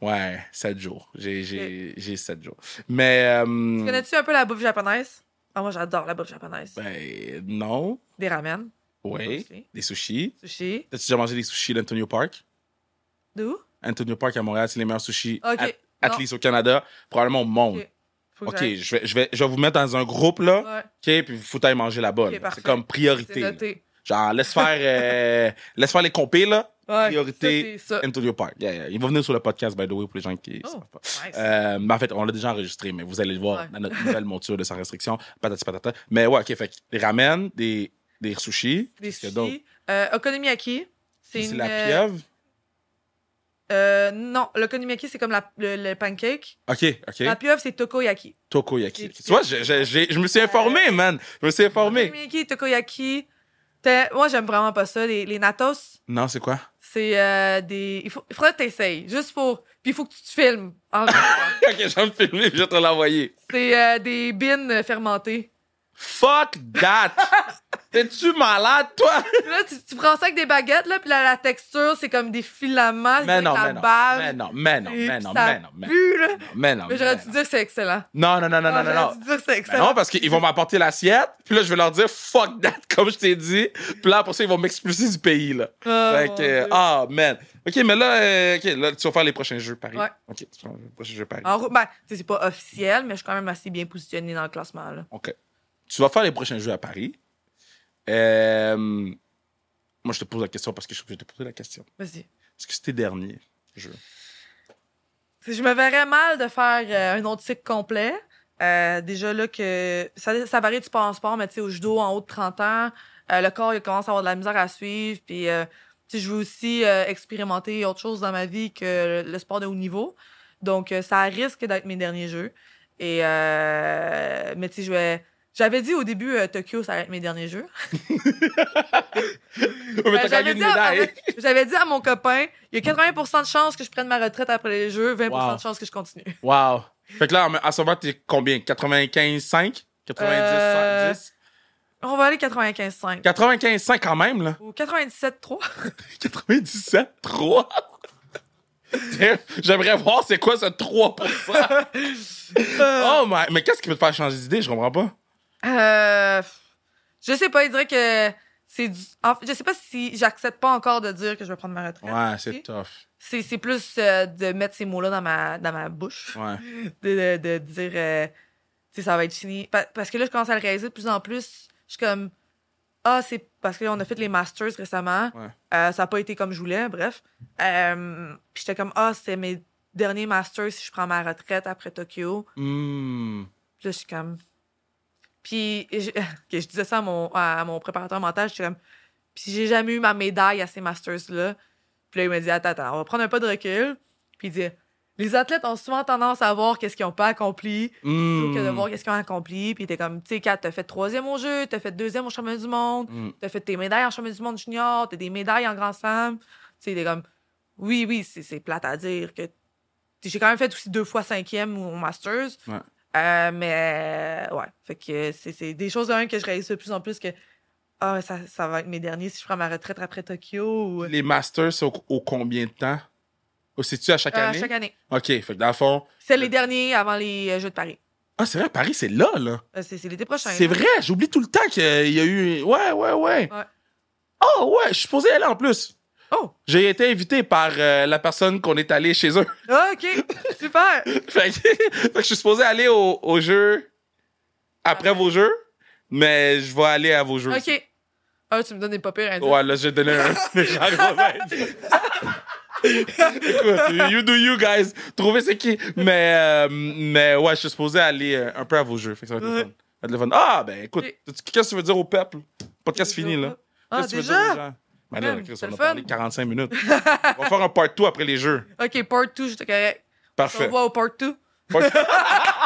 S2: Ouais, sept jours. J'ai, j'ai, j'ai sept jours. Mais. euh,
S1: Connais-tu un peu la bouffe japonaise? Ah, moi, j'adore la bouffe japonaise.
S2: ben, non.
S1: Des ramen,
S2: Oui.
S1: Sushi.
S2: Des sushis.
S1: sushi.
S2: T'as-tu déjà mangé des sushis d'Antonio Park?
S1: D'où?
S2: Antonio Park à Montréal, c'est les meilleurs sushis.
S1: OK.
S2: At, at
S1: non.
S2: least au Canada, probablement au monde.
S1: OK. Faut que
S2: OK,
S1: j'aille.
S2: je vais, je, vais, je vais vous mettre dans un groupe, là.
S1: Ouais,
S2: OK, puis vous foutez aller manger là-bas.
S1: Ok,
S2: là.
S1: parfait.
S2: C'est comme
S1: c'est
S2: priorité. là.
S1: noté.
S2: Genre, laisse faire, euh, laisse faire les compés, là.
S1: Ouais,
S2: Priorité,
S1: ça, c'est
S2: Antonio Park. Yeah, yeah. Il va venir sur le podcast, by the way, pour les gens qui ne
S1: Oh.
S2: savent pas.
S1: ça. Nice.
S2: Euh, mais en fait, on l'a déjà enregistré, mais vous allez le voir
S1: Ouais.
S2: dans notre nouvelle monture de Sans Restriction. Patati patata. Mais ouais, OK, fait que des ramen, des, des sushis.
S1: Des
S2: qu'est-ce qu'il y a d'autre?
S1: sushis. Euh, okonomiyaki, c'est
S2: C'est
S1: une...
S2: la
S1: euh,
S2: pieuvre.
S1: euh, non, l'okonomiyaki, c'est comme la- le, le pancake.
S2: OK, OK.
S1: La pieuvre, c'est tokoyaki.
S2: Tokoyaki.
S1: Les-
S2: Tu vois, je, je- je- je me suis informé, man. Je me suis informé.
S1: Okonomiyaki, tokoyaki. T'as- Moi, j'aime vraiment pas ça. Les, les natos,
S2: Non, c'est quoi?
S1: c'est euh, des... Il, faut... il faudrait que t'essayes, juste pour... Puis il faut que tu te filmes. en-
S2: OK, je vais me filmer puis je vais te l'envoyer.
S1: c'est euh, des bines fermentées.
S2: Fuck that! T'es-tu malade, toi?
S1: Puis là, tu, tu prends ça avec des baguettes, là, puis là, la texture, c'est comme des filaments. c'est
S2: Mais non,
S1: avec la
S2: mais non.
S1: bave.
S2: Mais non, mais non,
S1: Et
S2: mais non,
S1: ça
S2: mais non, mais non.
S1: pue, là.
S2: Mais non.
S1: Mais
S2: mais
S1: j'aurais dû
S2: non.
S1: dire que c'est excellent.
S2: Non, non, non, non, non, non,
S1: j'aurais
S2: non.
S1: dû dire que c'est
S2: Ben
S1: excellent.
S2: non, parce qu'ils vont m'apporter l'assiette, puis là, je vais leur dire fuck that, comme je t'ai dit. Puis là, pour ça, ils vont m'expulser du pays, là.
S1: Ah,
S2: Fait
S1: mon
S2: que, euh,
S1: Dieu.
S2: ah, man. OK, mais là, euh, OK, là, tu vas faire les prochains jeux, Paris.
S1: Ouais.
S2: OK, tu vas faire les prochains jeux, Paris.
S1: En route, ben, tu sais, c'est pas officiel, mais je suis quand même assez bien positionnée dans le classement. Là.
S2: OK. Tu vas faire les prochains jeux à Paris. Euh, moi, je te pose la question parce que je suis obligé de te poser la question.
S1: Vas-y.
S2: Est-ce que c'était dernier jeu?
S1: Si Je me verrais mal de faire euh, un autre cycle complet. Euh, déjà là que ça, ça varie du sport en sport, mais tu sais, au judo en haut de 30 ans, euh, le corps il commence à avoir de la misère à suivre. Puis euh, tu sais, je veux aussi euh, expérimenter autre chose dans ma vie que le, le sport de haut niveau. Donc euh, ça risque d'être mes derniers jeux. Et euh, mais tu sais, je vais. J'avais dit au début euh, Tokyo, ça allait être mes derniers jeux.
S2: mais
S1: Ben,
S2: t'as
S1: J'avais
S2: gagné une
S1: dit, à-
S2: médaille.
S1: j'avais dit à mon copain, il y a 80 de chances que je prenne ma retraite après les jeux, 20
S2: Wow.
S1: de chances que je continue.
S2: Wow. Fait que là, en- à ce moment, t'es combien? 95, 5? 90,
S1: Euh,
S2: 110?
S1: On va aller 95,5.
S2: 95, 5 quand même, là.
S1: Ou 97,3.
S2: 97, 3? J'aimerais voir c'est quoi ce 3 Oh my... Mais qu'est-ce qui peut te faire changer d'idée? Je comprends pas.
S1: Euh, je sais pas, il dirait que c'est du... en fait, je sais pas si j'accepte pas encore de dire que je vais prendre ma retraite.
S2: Ouais, c'est
S1: Ok.
S2: tough.
S1: C'est c'est plus euh, de mettre ces mots-là dans ma, dans ma bouche.
S2: Ouais.
S1: De, de- de dire, euh, tu sais, ça va être fini. Pa- parce que là, je commence à le réaliser de plus en plus. Je suis comme, ah, c'est parce que là, on a fait les masters récemment.
S2: Ouais.
S1: Euh, ça n'a pas été comme je voulais, bref. Euh, puis j'étais comme, ah, c'est mes derniers masters si je prends ma retraite après Tokyo.
S2: Hmm.
S1: Puis là, je suis comme. Puis je, ok, je disais ça à mon, à mon préparateur mental, je suis comme. Puis j'ai jamais eu ma médaille à ces Masters-là. Puis là, il m'a dit attends, attends, on va prendre un pas de recul. Puis il dit les athlètes ont souvent tendance à voir qu'est-ce qu'ils ont pas accompli plutôt que de
S2: Hmm.
S1: voir qu'est-ce qu'ils ont accompli. Puis t'es comme, tu sais, Kat, t'as fait troisième au jeu, t'as fait deuxième au championnat du monde,
S2: Mm.
S1: t'as fait tes médailles en championnat du monde junior, t'as des médailles en grand slam. Tu sais, t'es comme, oui, oui, c'est, c'est plate à dire que. t'sais, J'ai quand même fait aussi deux fois cinquième au Masters.
S2: Ouais.
S1: Euh, mais euh, ouais, fait que c'est, c'est des choses un, que je réalise de plus en plus que ah ça, ça va être mes derniers si je prends ma retraite après Tokyo ou
S2: Les masters, c'est au, au combien de temps? Ou c'est-tu à chaque
S1: Euh,
S2: année?
S1: chaque année.
S2: OK, fait que dans le fond...
S1: C'est les derniers avant les euh, Jeux de Paris.
S2: Ah, c'est vrai, Paris, c'est là, là.
S1: Euh, c'est, c'est l'été prochain.
S2: C'est
S1: là.
S2: vrai, j'oublie tout le temps qu'il y a eu... Ouais, ouais, ouais.
S1: Ouais.
S2: Oh, ouais, je suis posé aller en plus.
S1: Oh!
S2: J'ai été invité par euh, la personne qu'on est allé chez eux.
S1: Ah, OK! Super!
S2: fait, que, fait que je suis supposé aller au, au jeu après vos jeux, mais je vais aller à vos jeux. aussi.
S1: OK. Ah, tu me donnes des pas pires indices.
S2: Ouais, là, j'ai donné un. J'en reviens. Écoute, you do you, guys. Trouvez c'est qui. Mais, euh, mais ouais, je suis supposé aller euh, un peu à vos jeux. Fait que ça va être le
S1: Ouais.
S2: fun. Ça va être le fun. Ah, ben écoute,
S1: Et-
S2: qu'est-ce que tu veux dire au peuple? Podcast fini, là.
S1: Ah,
S2: Qu'est-ce que tu veux dire aux
S1: déjà?
S2: gens? Ben là,
S1: Man,
S2: Chris,
S1: c'est
S2: on
S1: le
S2: a parlé
S1: fun.
S2: 45 minutes. on va faire un part 2 après les jeux.
S1: OK, part 2, j'étais correct. On se
S2: Parfait.
S1: revoit au part 2.
S2: Part-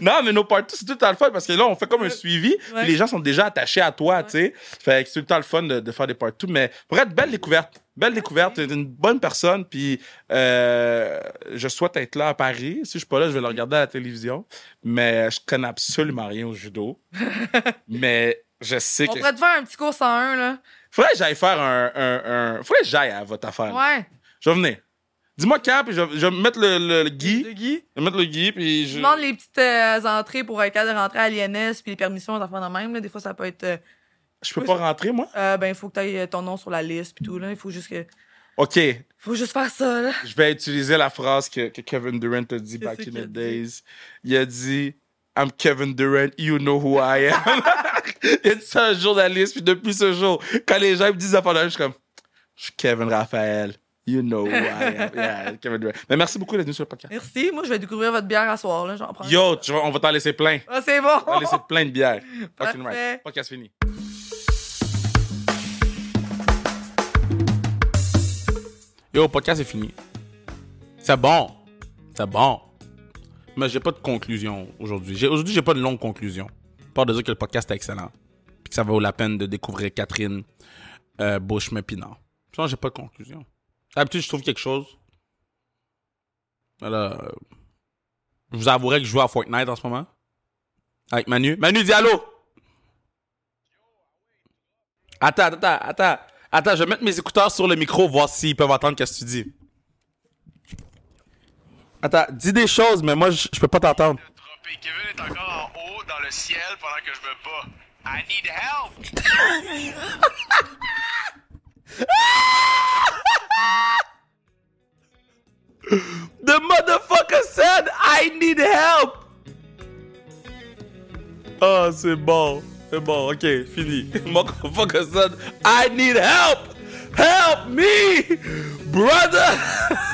S2: Non, mais nos parties, c'est tout le temps le fun parce que là, on fait comme un suivi. puis
S1: Ouais.
S2: Les gens sont déjà attachés à toi, tu sais. Fait que c'est tout le temps le fun de, de faire des parties. Mais pour être belle découverte. Belle découverte. T'es une bonne personne. Puis euh, je souhaite être là à Paris. Si je suis pas là, je vais le regarder à la télévision. Mais je connais absolument rien au judo. mais je sais
S1: On
S2: que.
S1: pourrait te faire un petit cours 101, là.
S2: Faudrait que j'aille faire un. un, un... Faudrait que j'aille à votre affaire. là.
S1: Ouais.
S2: Je vais venir. Dis-moi quand, puis je, vais- je vais mettre le, le, le
S1: De
S2: gui.
S1: Guy.
S2: Je vais mettre le gui, puis
S1: Je
S2: je.
S1: demande les petites euh, entrées pour être capable de rentrer à l'INS puis les permissions aux enfants de même. Là. Des fois, ça peut être. euh,
S2: Je peux pas rentrer, moi?
S1: euh, ben, il faut que tu aies ton nom sur la liste puis tout. Là. Il faut juste que.
S2: OK.
S1: faut juste faire ça, là.
S2: Je vais utiliser la phrase que, que Kevin Durant a dit back
S1: Qu'est-ce
S2: in
S1: qu'il a
S2: the
S1: dit?
S2: days. Il a dit I'm Kevin Durant, you know who I am. Il a dit ça à un journaliste, puis depuis ce jour, quand les gens me disent ça pendant je suis comme Je suis Kevin Raphaël, you know who I am. Yeah, Kevin Durant. Mais merci beaucoup d'être venu sur le podcast.
S1: Merci. Moi, je vais découvrir votre bière à soir, là. J'en prends.
S2: Yo, tu vas- on va t'en laisser plein.
S1: Ah, c'est bon.
S2: On va t'en laisser plein de bières. Fucking
S1: Parfait.
S2: right. Podcast fini.
S3: Yo, le podcast est fini. C'est bon. C'est bon. Mais j'ai pas de conclusion aujourd'hui. J'ai- Aujourd'hui, j'ai pas de longue conclusion. Pas de dire que le podcast est excellent. Puis que ça vaut la peine de découvrir Catherine euh, Bushman Pinard. Sinon, j'ai pas de conclusion. D'habitude, je trouve quelque chose. Mais là, euh, je vous avouerai que je joue à Fortnite en ce moment. Avec Manu. Manu, dis allô! Attends, attends, attends. Attends, je vais mettre mes écouteurs sur le micro, voir s'ils peuvent entendre ce que tu dis. Attends, dis des choses, mais moi, je, je peux pas t'entendre.
S4: Droppé. Kevin est encore en haut dans le ciel pendant que je me bats. I need help!
S3: The motherfucker said I need help! Ah, c'est bon. C'est bon, ok, fini. Motherfucker said I need help! Help me! Brother!